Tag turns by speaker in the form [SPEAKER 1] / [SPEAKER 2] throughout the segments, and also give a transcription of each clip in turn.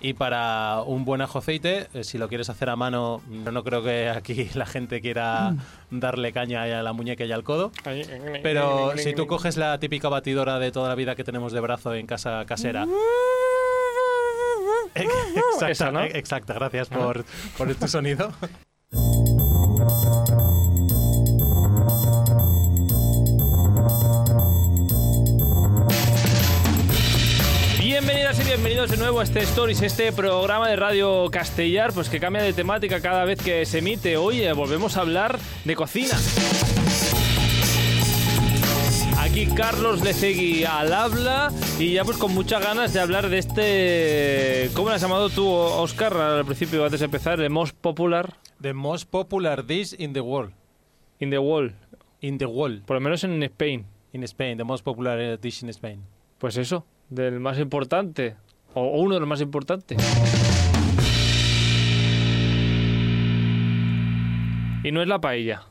[SPEAKER 1] Y para un buen ajo aceite, eh, si lo quieres hacer a mano, yo no creo que aquí la gente quiera
[SPEAKER 2] Mm.
[SPEAKER 1] darle caña a la muñeca y al codo. Pero si tú coges la típica batidora de toda la vida que tenemos de brazo en casa casera. Exacta,
[SPEAKER 2] Esa, ¿no?
[SPEAKER 1] eh, exacta, gracias por, por tu sonido.
[SPEAKER 2] Bienvenidas y bienvenidos de nuevo a este Stories, este programa de Radio Castellar, pues que cambia de temática cada vez que se emite. Hoy eh, volvemos a hablar de cocina. Aquí Carlos Lecegui al habla y ya pues con muchas ganas de hablar de este... ¿Cómo lo has llamado tú, Oscar, al principio, antes de empezar? El most popular
[SPEAKER 1] The most popular dish in the world.
[SPEAKER 2] in the world,
[SPEAKER 1] In the world.
[SPEAKER 2] por lo menos en Spain.
[SPEAKER 1] In Spain. The most popular eh, dish in Spain.
[SPEAKER 2] Pues eso, del más importante, o o uno de los más importantes. Y no es la paella.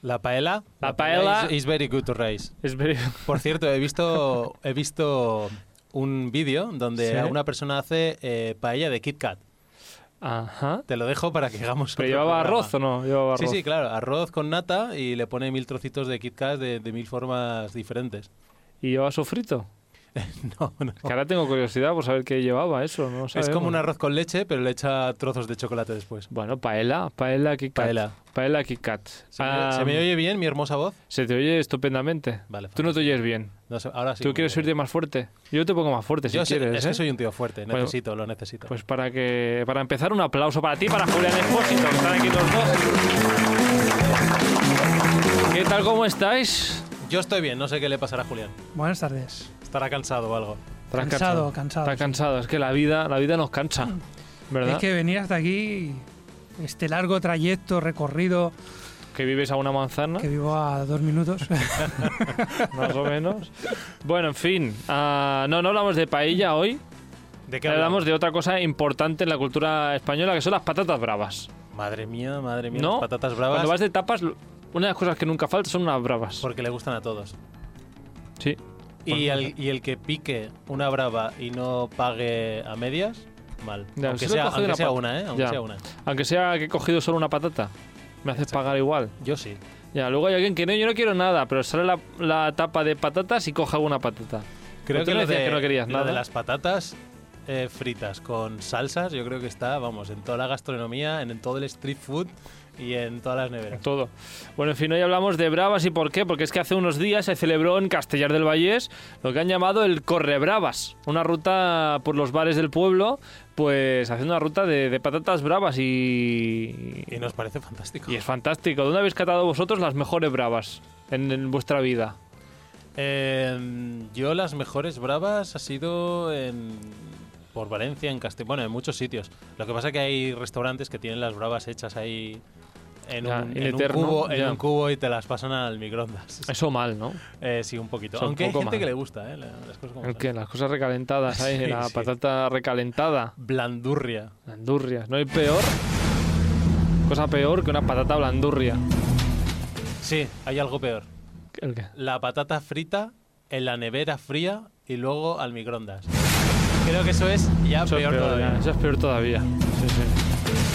[SPEAKER 1] La paella.
[SPEAKER 2] La paella-
[SPEAKER 1] is, is very good to raise.
[SPEAKER 2] Es ver-
[SPEAKER 1] Por cierto, he visto, he visto un vídeo donde
[SPEAKER 2] Sí.
[SPEAKER 1] una persona hace eh, paella de Kit Kat.
[SPEAKER 2] Ajá.
[SPEAKER 1] Te lo dejo para que hagamos.
[SPEAKER 2] ¿Pero
[SPEAKER 1] otro
[SPEAKER 2] llevaba
[SPEAKER 1] programa.
[SPEAKER 2] arroz o no? Llevaba
[SPEAKER 1] Sí,
[SPEAKER 2] arroz.
[SPEAKER 1] sí, claro. Arroz con nata y le pone mil trocitos de Kit Kat de, de mil formas diferentes.
[SPEAKER 2] ¿Y llevaba sofrito?
[SPEAKER 1] No, no.
[SPEAKER 2] Que ahora tengo curiosidad por saber qué llevaba eso. No
[SPEAKER 1] Es
[SPEAKER 2] sabemos.
[SPEAKER 1] como un arroz con leche, pero le echa trozos de chocolate después.
[SPEAKER 2] Bueno, paella, paella Kit Kat.
[SPEAKER 1] Paella.
[SPEAKER 2] Paella Kit Kat.
[SPEAKER 1] ¿Se, me, se me
[SPEAKER 2] Ah,
[SPEAKER 1] oye bien mi hermosa voz?
[SPEAKER 2] se te oye estupendamente.
[SPEAKER 1] Vale.
[SPEAKER 2] Tú no te oyes bien.
[SPEAKER 1] No sé, ahora sí.
[SPEAKER 2] ¿Tú quieres oírte más fuerte? Yo te pongo más fuerte
[SPEAKER 1] Yo
[SPEAKER 2] si
[SPEAKER 1] sé-
[SPEAKER 2] quieres.
[SPEAKER 1] es
[SPEAKER 2] ¿eh?
[SPEAKER 1] que soy un tío fuerte.
[SPEAKER 2] Bueno,
[SPEAKER 1] Necesito, lo necesito.
[SPEAKER 2] Pues para que para empezar un aplauso para ti, para Julián Espósito, que están aquí los dos. ¿Qué tal cómo estáis?
[SPEAKER 1] Yo estoy bien. No sé qué le pasará a Julián.
[SPEAKER 3] Buenas tardes.
[SPEAKER 1] Estará cansado o algo.
[SPEAKER 2] ¿Estás
[SPEAKER 3] Cansado, cansado,
[SPEAKER 2] Está
[SPEAKER 3] sí. Mm.
[SPEAKER 2] cansado, es que la vida, la vida nos cansa. ¿Verdad?
[SPEAKER 3] Es que venir hasta aquí, este largo trayecto recorrido,
[SPEAKER 2] Que vives a una manzana,
[SPEAKER 3] que vivo a dos minutos.
[SPEAKER 2] más o menos. Bueno, en fin. ah, no, no hablamos de paella hoy.
[SPEAKER 1] ¿De qué
[SPEAKER 2] Hablamos
[SPEAKER 1] hablamos?
[SPEAKER 2] de otra cosa importante en la cultura española, que son las patatas bravas.
[SPEAKER 1] Madre mía, madre mía.
[SPEAKER 2] ¿No?
[SPEAKER 1] las patatas
[SPEAKER 2] Cuando
[SPEAKER 1] bravas.
[SPEAKER 2] vas de tapas, lo- una de las cosas que nunca falta son unas bravas.
[SPEAKER 1] Porque le gustan a todos.
[SPEAKER 2] Sí.
[SPEAKER 1] Y el, y el que pique una brava y no pague a medias, mal.
[SPEAKER 2] Ya,
[SPEAKER 1] aunque
[SPEAKER 2] solo
[SPEAKER 1] sea,
[SPEAKER 2] he cogido
[SPEAKER 1] aunque
[SPEAKER 2] una
[SPEAKER 1] sea
[SPEAKER 2] pata.
[SPEAKER 1] una, ¿eh? Aunque
[SPEAKER 2] Ya.
[SPEAKER 1] sea una.
[SPEAKER 2] Aunque sea que he cogido solo una patata, me haces pagar igual.
[SPEAKER 1] Yo sí.
[SPEAKER 2] Ya, luego hay alguien que no, yo no quiero nada, pero sale la, la tapa de patatas y coja una patata. Pero tú no decías que no querías
[SPEAKER 1] lo
[SPEAKER 2] nada.
[SPEAKER 1] de las patatas eh, fritas con salsas, yo creo que está, vamos, en toda la gastronomía, en, en todo el street food y en todas las neveras.
[SPEAKER 2] Todo. Bueno, en fin, hoy hablamos de bravas y por qué. Porque es que hace unos días se celebró en Castellar del Vallés lo que han llamado el Corre Bravas, una ruta por los bares del pueblo, pues haciendo una ruta de, de patatas bravas y...
[SPEAKER 1] Y nos parece fantástico.
[SPEAKER 2] y es fantástico. ¿Dónde habéis catado vosotros las mejores bravas en, en vuestra vida?
[SPEAKER 1] Eh, yo las mejores bravas ha sido en, por Valencia, en Castellón, bueno, en muchos sitios. Lo que pasa que hay restaurantes que tienen las bravas hechas ahí en,
[SPEAKER 2] Ya,
[SPEAKER 1] un,
[SPEAKER 2] in
[SPEAKER 1] en un
[SPEAKER 2] eterno,
[SPEAKER 1] cubo, en
[SPEAKER 2] ya.
[SPEAKER 1] un cubo y te las pasan al microondas.
[SPEAKER 2] Eso mal, ¿no?
[SPEAKER 1] Eh, sí, un poquito.
[SPEAKER 2] Son
[SPEAKER 1] Aunque hay
[SPEAKER 2] poco
[SPEAKER 1] gente
[SPEAKER 2] mal.
[SPEAKER 1] que le gusta, ¿eh? la- Las cosas como
[SPEAKER 2] El
[SPEAKER 1] son.
[SPEAKER 2] que las cosas recalentadas, ¿sabes?
[SPEAKER 1] Sí,
[SPEAKER 2] la
[SPEAKER 1] sí.
[SPEAKER 2] patata recalentada.
[SPEAKER 1] Blandurria.
[SPEAKER 2] Blandurrias, no hay peor. Cosa peor que una patata blandurria.
[SPEAKER 1] Sí, hay algo peor.
[SPEAKER 2] ¿El qué?
[SPEAKER 1] La patata frita en la nevera fría y luego al microondas. Creo que eso es ya
[SPEAKER 2] Eso es
[SPEAKER 1] peor,
[SPEAKER 2] peor
[SPEAKER 1] todavía.
[SPEAKER 2] ya, Eso es peor todavía. Sí, sí.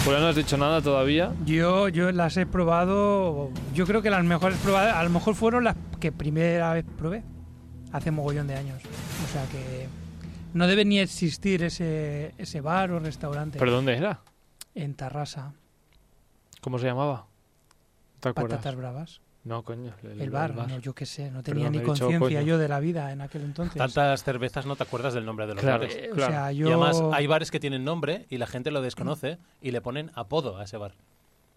[SPEAKER 2] Julián, no has dicho nada todavía.
[SPEAKER 3] yo, yo las he probado, yo creo que las mejores probadas, a lo mejor fueron las que primera vez probé, hace mogollón de años. O sea que no debe ni existir ese, ese bar o restaurante
[SPEAKER 2] ¿Pero dónde era?
[SPEAKER 3] en Tarrasa,
[SPEAKER 2] ¿Cómo se llamaba? ¿No ¿Te acuerdas?
[SPEAKER 3] Patatas Bravas.
[SPEAKER 2] No, coño.
[SPEAKER 3] El, bar, no, yo qué sé, no tenía
[SPEAKER 2] Perdón, he
[SPEAKER 3] ni
[SPEAKER 2] dicho
[SPEAKER 3] conciencia
[SPEAKER 2] coño.
[SPEAKER 3] yo de la vida en aquel entonces.
[SPEAKER 1] Tantas cervezas no te acuerdas del nombre de los
[SPEAKER 2] Claro.
[SPEAKER 1] bares.
[SPEAKER 3] Eh, O
[SPEAKER 2] Claro.
[SPEAKER 3] sea,
[SPEAKER 1] Y
[SPEAKER 3] yo...
[SPEAKER 1] además hay bares que tienen nombre y la gente lo desconoce y le ponen apodo a ese bar.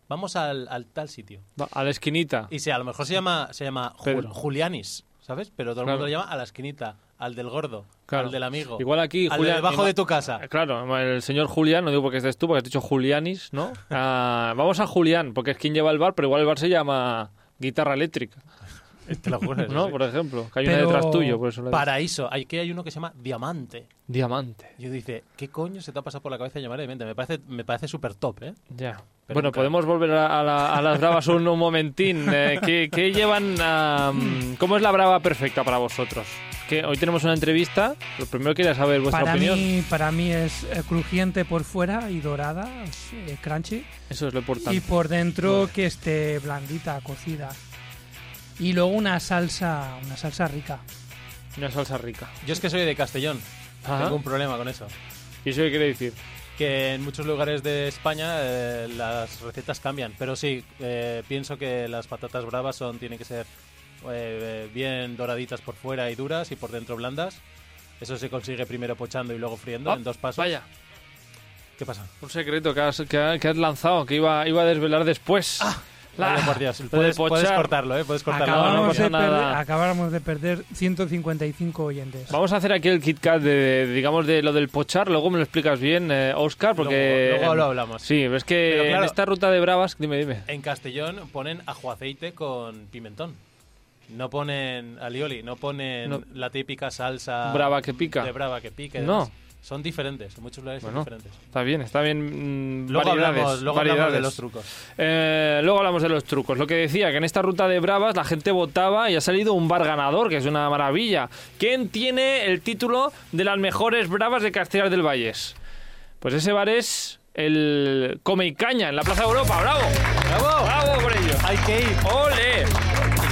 [SPEAKER 1] Vamos al, al tal sitio.
[SPEAKER 2] Va, A la esquinita.
[SPEAKER 1] Y sea, a lo mejor se llama, se llama Jul-
[SPEAKER 2] Pedro.
[SPEAKER 1] Julianis, ¿sabes? Pero todo el mundo
[SPEAKER 2] Claro.
[SPEAKER 1] lo llama a la esquinita, al del gordo,
[SPEAKER 2] Claro.
[SPEAKER 1] al del amigo,
[SPEAKER 2] Igual aquí,
[SPEAKER 1] al
[SPEAKER 2] Julián.
[SPEAKER 1] del bajo
[SPEAKER 2] ima- Eh,
[SPEAKER 1] de tu casa.
[SPEAKER 2] Claro, el señor Julián, no digo porque estés tú, porque has dicho Julianis, ¿no? Ah, vamos a Julián, porque es quien lleva el bar, pero igual el bar se llama guitarra eléctrica, Eh,
[SPEAKER 1] Te lo juro,
[SPEAKER 2] ¿no?
[SPEAKER 1] sí.
[SPEAKER 2] Por ejemplo, que hay
[SPEAKER 3] Pero-
[SPEAKER 2] una detrás tuyo, por eso lo he
[SPEAKER 1] Paraíso. Aquí hay uno que se llama Diamante.
[SPEAKER 2] dicho. Diamante.
[SPEAKER 1] Yo dice, ¿qué coño se te ha pasado por la cabeza llamar Diamante? Me parece, me parece súper top, ¿eh?
[SPEAKER 2] Ya.
[SPEAKER 1] Pero
[SPEAKER 2] bueno,
[SPEAKER 1] nunca-
[SPEAKER 2] podemos volver a, a la- a las bravas un, un momentín. Eh, ¿qué, qué llevan? ah, mm, ¿Cómo es la brava perfecta para vosotros? que hoy tenemos una entrevista. Lo primero quería saber vuestra
[SPEAKER 3] para
[SPEAKER 2] opinión.
[SPEAKER 3] mí, para mí es eh, crujiente por fuera y dorada, es, eh, crunchy,
[SPEAKER 2] Eso es lo importante.
[SPEAKER 3] y por dentro que esté blandita, cocida. Y luego una salsa, una salsa rica.
[SPEAKER 2] Una salsa rica.
[SPEAKER 1] Yo es que soy de Castellón.
[SPEAKER 2] Ajá.
[SPEAKER 1] Tengo un problema con eso.
[SPEAKER 2] ¿Y eso qué quiere decir?
[SPEAKER 1] Que en muchos lugares de España eh, las recetas cambian. Pero sí, eh, pienso que las patatas bravas son, tienen que ser eh, bien doraditas por fuera y duras y por dentro blandas. Eso se consigue primero pochando y luego friendo
[SPEAKER 2] Ah,
[SPEAKER 1] en dos pasos.
[SPEAKER 2] Vaya,
[SPEAKER 1] ¿Qué pasa?
[SPEAKER 2] un secreto que has, que ha- que has lanzado, que iba, iba a desvelar después.
[SPEAKER 3] Ah,
[SPEAKER 2] La-
[SPEAKER 1] Vale, por Dios.
[SPEAKER 2] lo de
[SPEAKER 1] Puedes, puedes
[SPEAKER 2] pochar.
[SPEAKER 1] cortarlo, ¿eh? Puedes cortarlo.
[SPEAKER 2] Acabamos
[SPEAKER 1] No, no
[SPEAKER 3] Acabáramos
[SPEAKER 2] pasa
[SPEAKER 3] de perder,
[SPEAKER 2] nada.
[SPEAKER 3] acabáramos de perder 155 oyentes.
[SPEAKER 2] Vamos a hacer aquí el Kit Kat de, de- digamos, de lo del pochar. Luego me lo explicas bien, eh, Oscar, porque...
[SPEAKER 1] Luego- luego lo hablamos.
[SPEAKER 2] Sí, pero es que
[SPEAKER 1] Pero claro-
[SPEAKER 2] en esta ruta de bravas... Dime, dime.
[SPEAKER 1] En Castellón ponen ajoaceite con pimentón. No ponen alioli, no ponen
[SPEAKER 2] No.
[SPEAKER 1] la típica salsa
[SPEAKER 2] Brava que pica.
[SPEAKER 1] de brava que pica. y
[SPEAKER 2] No.
[SPEAKER 1] demás. Son diferentes, en muchos lugares
[SPEAKER 2] Bueno.
[SPEAKER 1] son diferentes.
[SPEAKER 2] Está bien, está bien. mm,
[SPEAKER 1] Luego
[SPEAKER 2] variedades,
[SPEAKER 1] hablamos, luego hablamos
[SPEAKER 2] variedades.
[SPEAKER 1] de los trucos.
[SPEAKER 2] Eh, luego hablamos de los trucos. Lo que decía, que en esta ruta de Bravas la gente votaba y ha salido un bar ganador, que es una maravilla. ¿Quién tiene el título de las mejores Bravas de Castellar del Valles? Pues ese bar es el Come y Caña en la Plaza Europa. ¡Bravo! ¡Bravo! ¡Bravo por ello!
[SPEAKER 1] Hay que ir.
[SPEAKER 2] ¡Ole!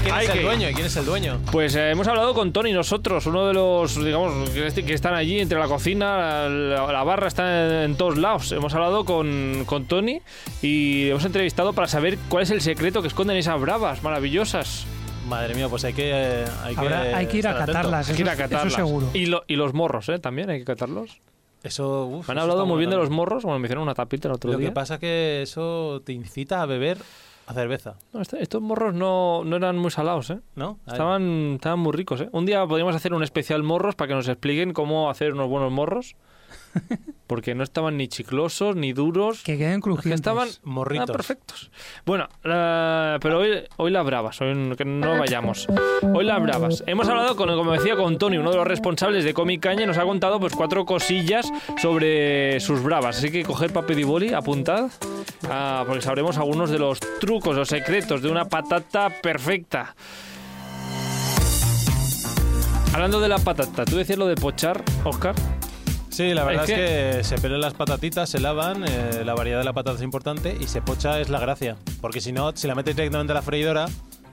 [SPEAKER 1] ¿Quién
[SPEAKER 2] Hay
[SPEAKER 1] es
[SPEAKER 2] que
[SPEAKER 1] el
[SPEAKER 2] ir.
[SPEAKER 1] dueño? ¿Y quién es el dueño?
[SPEAKER 2] Pues eh, hemos hablado con Tony nosotros, uno de los, digamos, que est- que están allí entre la cocina, la, la barra, están en, en todos lados. Hemos hablado con, con Tony y hemos entrevistado para saber cuál es el secreto que esconden esas bravas maravillosas.
[SPEAKER 1] Madre mía, pues hay que. eh, Hay que,
[SPEAKER 3] Habrá- hay que ir a
[SPEAKER 1] estar atento.
[SPEAKER 3] catarlas,
[SPEAKER 2] Hay que
[SPEAKER 3] eso,
[SPEAKER 2] ir a
[SPEAKER 3] eso
[SPEAKER 2] catarlas.
[SPEAKER 3] seguro.
[SPEAKER 2] Y, lo- y los morros, ¿eh? También hay que catarlos.
[SPEAKER 1] Eso. uf,
[SPEAKER 2] Me han
[SPEAKER 1] eso
[SPEAKER 2] hablado
[SPEAKER 1] está
[SPEAKER 2] muy bien de
[SPEAKER 1] bueno.
[SPEAKER 2] los morros, bueno, me hicieron una tapita el otro
[SPEAKER 1] Lo
[SPEAKER 2] día.
[SPEAKER 1] que pasa que eso te incita a beber a cerveza,
[SPEAKER 2] No, este- estos morros no, no eran muy salados, ¿eh?
[SPEAKER 1] ¿no? Ahí.
[SPEAKER 2] Estaban, estaban muy ricos, ¿eh? Un día podríamos hacer un especial morros para que nos expliquen cómo hacer unos buenos morros. Porque no estaban ni chiclosos, ni duros.
[SPEAKER 3] Que queden
[SPEAKER 2] Es que
[SPEAKER 3] crujientes.
[SPEAKER 2] estaban
[SPEAKER 1] morritos.
[SPEAKER 2] ah, perfectos. Bueno, la- pero hoy, hoy las bravas, hoy n- que no vayamos. Hoy las bravas. Hemos hablado, con, como decía, con Tony, uno de los responsables de Comic Caña, y nos ha contado pues cuatro cosillas sobre sus bravas. Así que coger papel y boli, apuntad, ah, porque sabremos algunos de los trucos o secretos de una patata perfecta. Hablando de la patata, tú decías lo de pochar, Oscar.
[SPEAKER 1] Sí, la verdad
[SPEAKER 2] Es
[SPEAKER 1] es que... se pelan las patatitas, se lavan, eh, la variedad de la patata es importante y se pocha es la gracia. Porque si no, si la metes directamente a la freidora,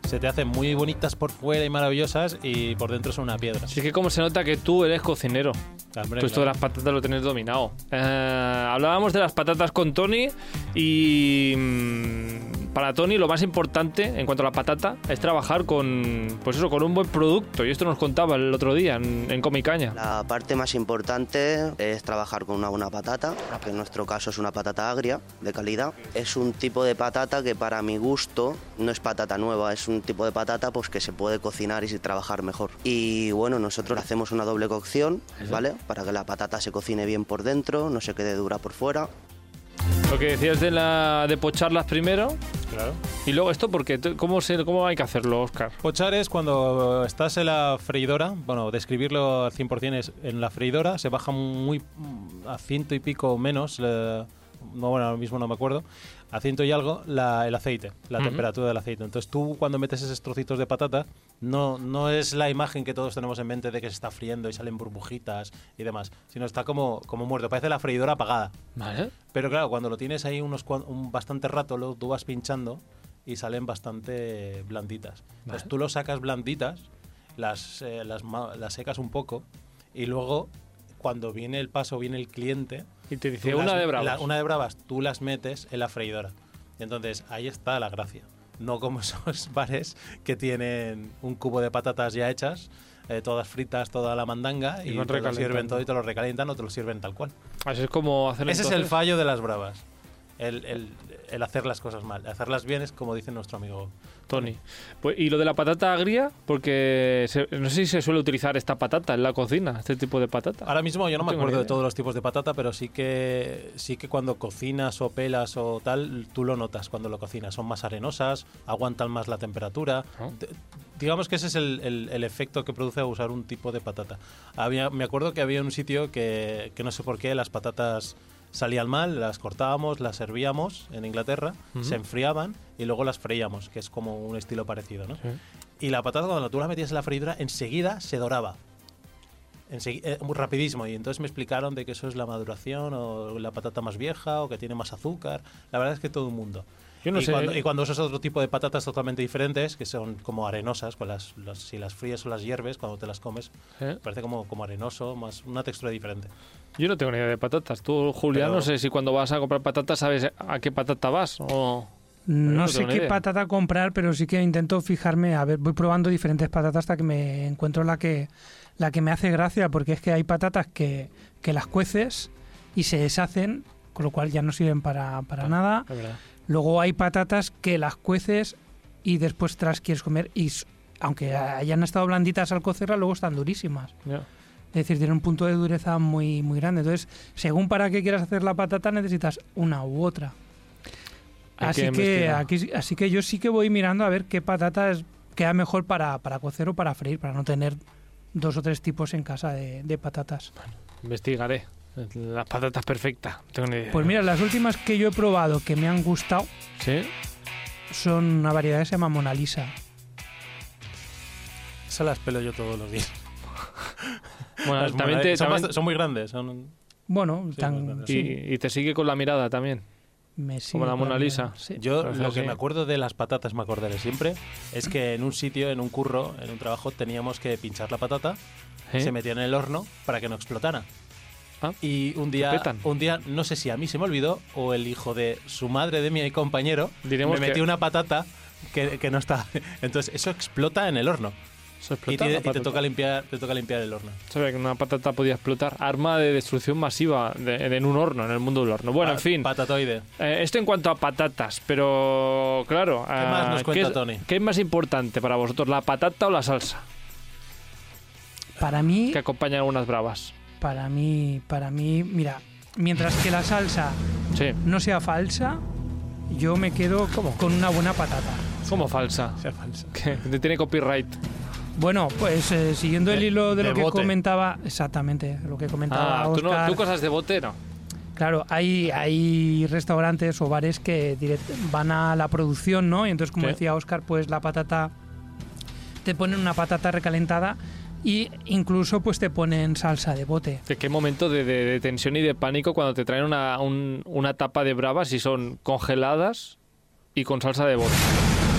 [SPEAKER 1] se te hacen muy bonitas por fuera y maravillosas y por dentro son una piedra.
[SPEAKER 2] Así que como se nota que tú eres cocinero.
[SPEAKER 1] Hombre,
[SPEAKER 2] Tú esto de
[SPEAKER 1] claro.
[SPEAKER 2] las patatas lo tenés dominado. Eh, hablábamos de las patatas con Tony y mm, para Tony lo más importante en cuanto a la patata es trabajar con pues eso, con un buen producto. Y esto nos contaba el otro día en, en Comicaña.
[SPEAKER 4] La parte más importante es trabajar con una buena patata, que en nuestro caso es una patata agria, de calidad. Es un tipo de patata que para mi gusto no es patata nueva, es un tipo de patata pues que se puede cocinar y se- trabajar mejor. Y bueno, nosotros hacemos una doble cocción, ¿vale? Para que la patata se cocine bien por dentro, no se quede dura por fuera.
[SPEAKER 2] Lo que decías de la de pocharlas primero
[SPEAKER 1] Claro.
[SPEAKER 2] y luego esto porque cómo se cómo hay que hacerlo, Oscar.
[SPEAKER 1] Pochar es cuando estás en la freidora, bueno, describirlo al 100% es en la freidora, se baja muy a ciento y pico menos, eh, no, bueno, ahora mismo no me acuerdo, a ciento y algo la- el aceite, la temperatura del aceite. Entonces tú cuando metes esos trocitos de patata, no, no es la imagen que todos tenemos en mente de que se está friendo y salen burbujitas y demás, sino está como, como muerto, parece la freidora apagada.
[SPEAKER 2] Vale.
[SPEAKER 1] Pero claro, cuando lo tienes ahí unos cuan- un bastante rato, lo, tú vas pinchando y salen bastante blanditas. Pues tú lo sacas blanditas, las, eh, las, ma- las secas un poco y luego cuando viene el paso, viene el cliente.
[SPEAKER 2] Y te dice
[SPEAKER 1] tú
[SPEAKER 2] una
[SPEAKER 1] las-
[SPEAKER 2] de bravas.
[SPEAKER 1] la- una de bravas, tú las metes en la freidora. Entonces ahí está la gracia. No como esos bares que tienen un cubo de patatas ya hechas, eh, todas fritas, toda la mandanga,
[SPEAKER 2] Y
[SPEAKER 1] y,
[SPEAKER 2] van
[SPEAKER 1] te lo sirven
[SPEAKER 2] recalentando.
[SPEAKER 1] todo y te lo recalientan o te lo sirven tal cual.
[SPEAKER 2] Así es como hacer
[SPEAKER 1] Ese es el
[SPEAKER 2] entonces-
[SPEAKER 1] fallo de las bravas. El, el- el hacer las cosas mal. Hacerlas bien es como dice nuestro amigo.
[SPEAKER 2] Tony. Pues, y lo de la patata agria, porque se- no sé si se suele utilizar esta patata en la cocina, este tipo de patata.
[SPEAKER 1] Ahora mismo yo no,
[SPEAKER 2] No
[SPEAKER 1] me
[SPEAKER 2] tengo ni
[SPEAKER 1] acuerdo de
[SPEAKER 2] idea.
[SPEAKER 1] todos los tipos de patata, pero sí que sí que cuando cocinas o pelas o tal, tú lo notas cuando lo cocinas. Son más arenosas, aguantan más la temperatura.
[SPEAKER 2] Ah.
[SPEAKER 1] D- digamos que ese es el, el- el efecto que produce usar un tipo de patata. Había, me acuerdo que había un sitio que, que no sé por qué las patatas salían mal, las cortábamos, las servíamos en Inglaterra, se enfriaban y luego las freíamos, que es como un estilo parecido, ¿no? Y la patata cuando tú la metías en la freidora enseguida se doraba. enseguida, eh, muy rapidismo. Y entonces me explicaron de que eso es la maduración o la patata más vieja o que tiene más azúcar. La verdad es que todo un mundo.
[SPEAKER 2] Yo no
[SPEAKER 1] y,
[SPEAKER 2] sé.
[SPEAKER 1] Cuando, y cuando usas otro tipo de patatas totalmente diferentes, que son como arenosas, con las, las- si las frías o las hierves, cuando te las comes,
[SPEAKER 2] ¿Eh?
[SPEAKER 1] parece como, como arenoso, más una textura diferente.
[SPEAKER 2] Yo no tengo ni idea de patatas. Tú, Julián,
[SPEAKER 1] Pero-
[SPEAKER 2] no sé si cuando vas a comprar patatas sabes a qué patata vas o...
[SPEAKER 3] No
[SPEAKER 2] no
[SPEAKER 3] sé
[SPEAKER 2] tengo ni
[SPEAKER 3] qué
[SPEAKER 2] idea.
[SPEAKER 3] patata comprar, pero sí que intento fijarme, a ver, voy probando diferentes patatas hasta que me encuentro la que la que me hace gracia, porque es que hay patatas que, que las cueces y se deshacen, con lo cual ya no sirven para, para nada.
[SPEAKER 2] Es verdad.
[SPEAKER 3] Luego hay patatas que las cueces y después tras quieres comer y s- aunque hayan estado blanditas al cocerlas, luego están durísimas.
[SPEAKER 2] Ya.
[SPEAKER 3] Es decir, tiene un punto de dureza muy, muy grande. Entonces, según para qué quieras hacer la patata, necesitas una u otra.
[SPEAKER 2] Hay
[SPEAKER 3] Así que,
[SPEAKER 2] investigar.
[SPEAKER 3] aquí, así que yo sí que voy mirando a ver qué patata es- queda mejor para, para cocer o para freír, para no tener dos o tres tipos en casa de, de patatas.
[SPEAKER 2] Investigaré. Las patatas perfectas. No tengo ni idea.
[SPEAKER 3] Pues mira, las últimas que yo he probado que me han gustado
[SPEAKER 2] Sí.
[SPEAKER 3] son una variedad que se llama Mona Lisa.
[SPEAKER 1] Esas las pelo yo todos los días.
[SPEAKER 2] Bueno,
[SPEAKER 1] Las
[SPEAKER 2] también
[SPEAKER 1] mola-
[SPEAKER 2] te...
[SPEAKER 1] eh, son,
[SPEAKER 2] también-
[SPEAKER 1] bast- son muy grandes. Son,
[SPEAKER 3] Bueno,
[SPEAKER 1] Sí,
[SPEAKER 3] tan,
[SPEAKER 1] muy buenas.
[SPEAKER 3] sí,
[SPEAKER 2] Y, y te sigue con la mirada también.
[SPEAKER 3] me sigue
[SPEAKER 2] la
[SPEAKER 3] con
[SPEAKER 2] Mona Lisa.
[SPEAKER 3] mirada, sí.
[SPEAKER 1] Yo
[SPEAKER 2] Pues
[SPEAKER 1] lo
[SPEAKER 2] así.
[SPEAKER 1] que me acuerdo de las patatas, me acordaré siempre, es que en un sitio, en un curro, en un trabajo, teníamos que pinchar la patata,
[SPEAKER 2] ¿Eh?
[SPEAKER 1] se metía en el horno para que no explotara.
[SPEAKER 2] Ah,
[SPEAKER 1] y un día,
[SPEAKER 2] petan.
[SPEAKER 1] un día, no sé si a mí se me olvidó o el hijo de su madre de mi compañero me
[SPEAKER 2] Diremos que-
[SPEAKER 1] metió una patata que, que no está. Entonces eso explota en el horno y,
[SPEAKER 2] Eso explota
[SPEAKER 1] tiene-
[SPEAKER 2] la
[SPEAKER 1] y te
[SPEAKER 2] patata.
[SPEAKER 1] toca limpiar, te toca limpiar el horno.
[SPEAKER 2] Sabía que una patata podía explotar. Arma de destrucción masiva de- en un horno, en el mundo del horno. Bueno, en
[SPEAKER 1] Pa-
[SPEAKER 2] fin.
[SPEAKER 1] Patatoide.
[SPEAKER 2] Eh, esto en cuanto a patatas, pero claro. eh, ¿Qué
[SPEAKER 1] más nos cuenta
[SPEAKER 2] es,
[SPEAKER 1] Tony?
[SPEAKER 2] ¿Qué es más importante para vosotros, la patata o la salsa?
[SPEAKER 3] Para mí,
[SPEAKER 2] Que acompañan algunas bravas.
[SPEAKER 3] para mí, para mí, mira, mientras que la salsa
[SPEAKER 2] Sí.
[SPEAKER 3] no sea falsa, yo me quedo con una buena patata.
[SPEAKER 2] ¿Cómo falsa? Que te tiene copyright.
[SPEAKER 3] Bueno, pues eh, siguiendo el
[SPEAKER 1] De-
[SPEAKER 3] hilo de,
[SPEAKER 1] de
[SPEAKER 3] lo que
[SPEAKER 1] bote.
[SPEAKER 3] comentaba, exactamente, lo que comentaba
[SPEAKER 2] Ah, tú, no-
[SPEAKER 3] Óscar,
[SPEAKER 2] tú cosas de botero.
[SPEAKER 3] Claro, hay, hay restaurantes o bares que direct- van a la producción, ¿no? Y entonces, como
[SPEAKER 2] Sí.
[SPEAKER 3] decía Oscar, pues la patata. Te ponen una patata recalentada e incluso pues te ponen salsa de bote.
[SPEAKER 2] ¿De qué momento de, de- de tensión y de pánico cuando te traen una, un- una tapa de bravas y son congeladas y con salsa de bote?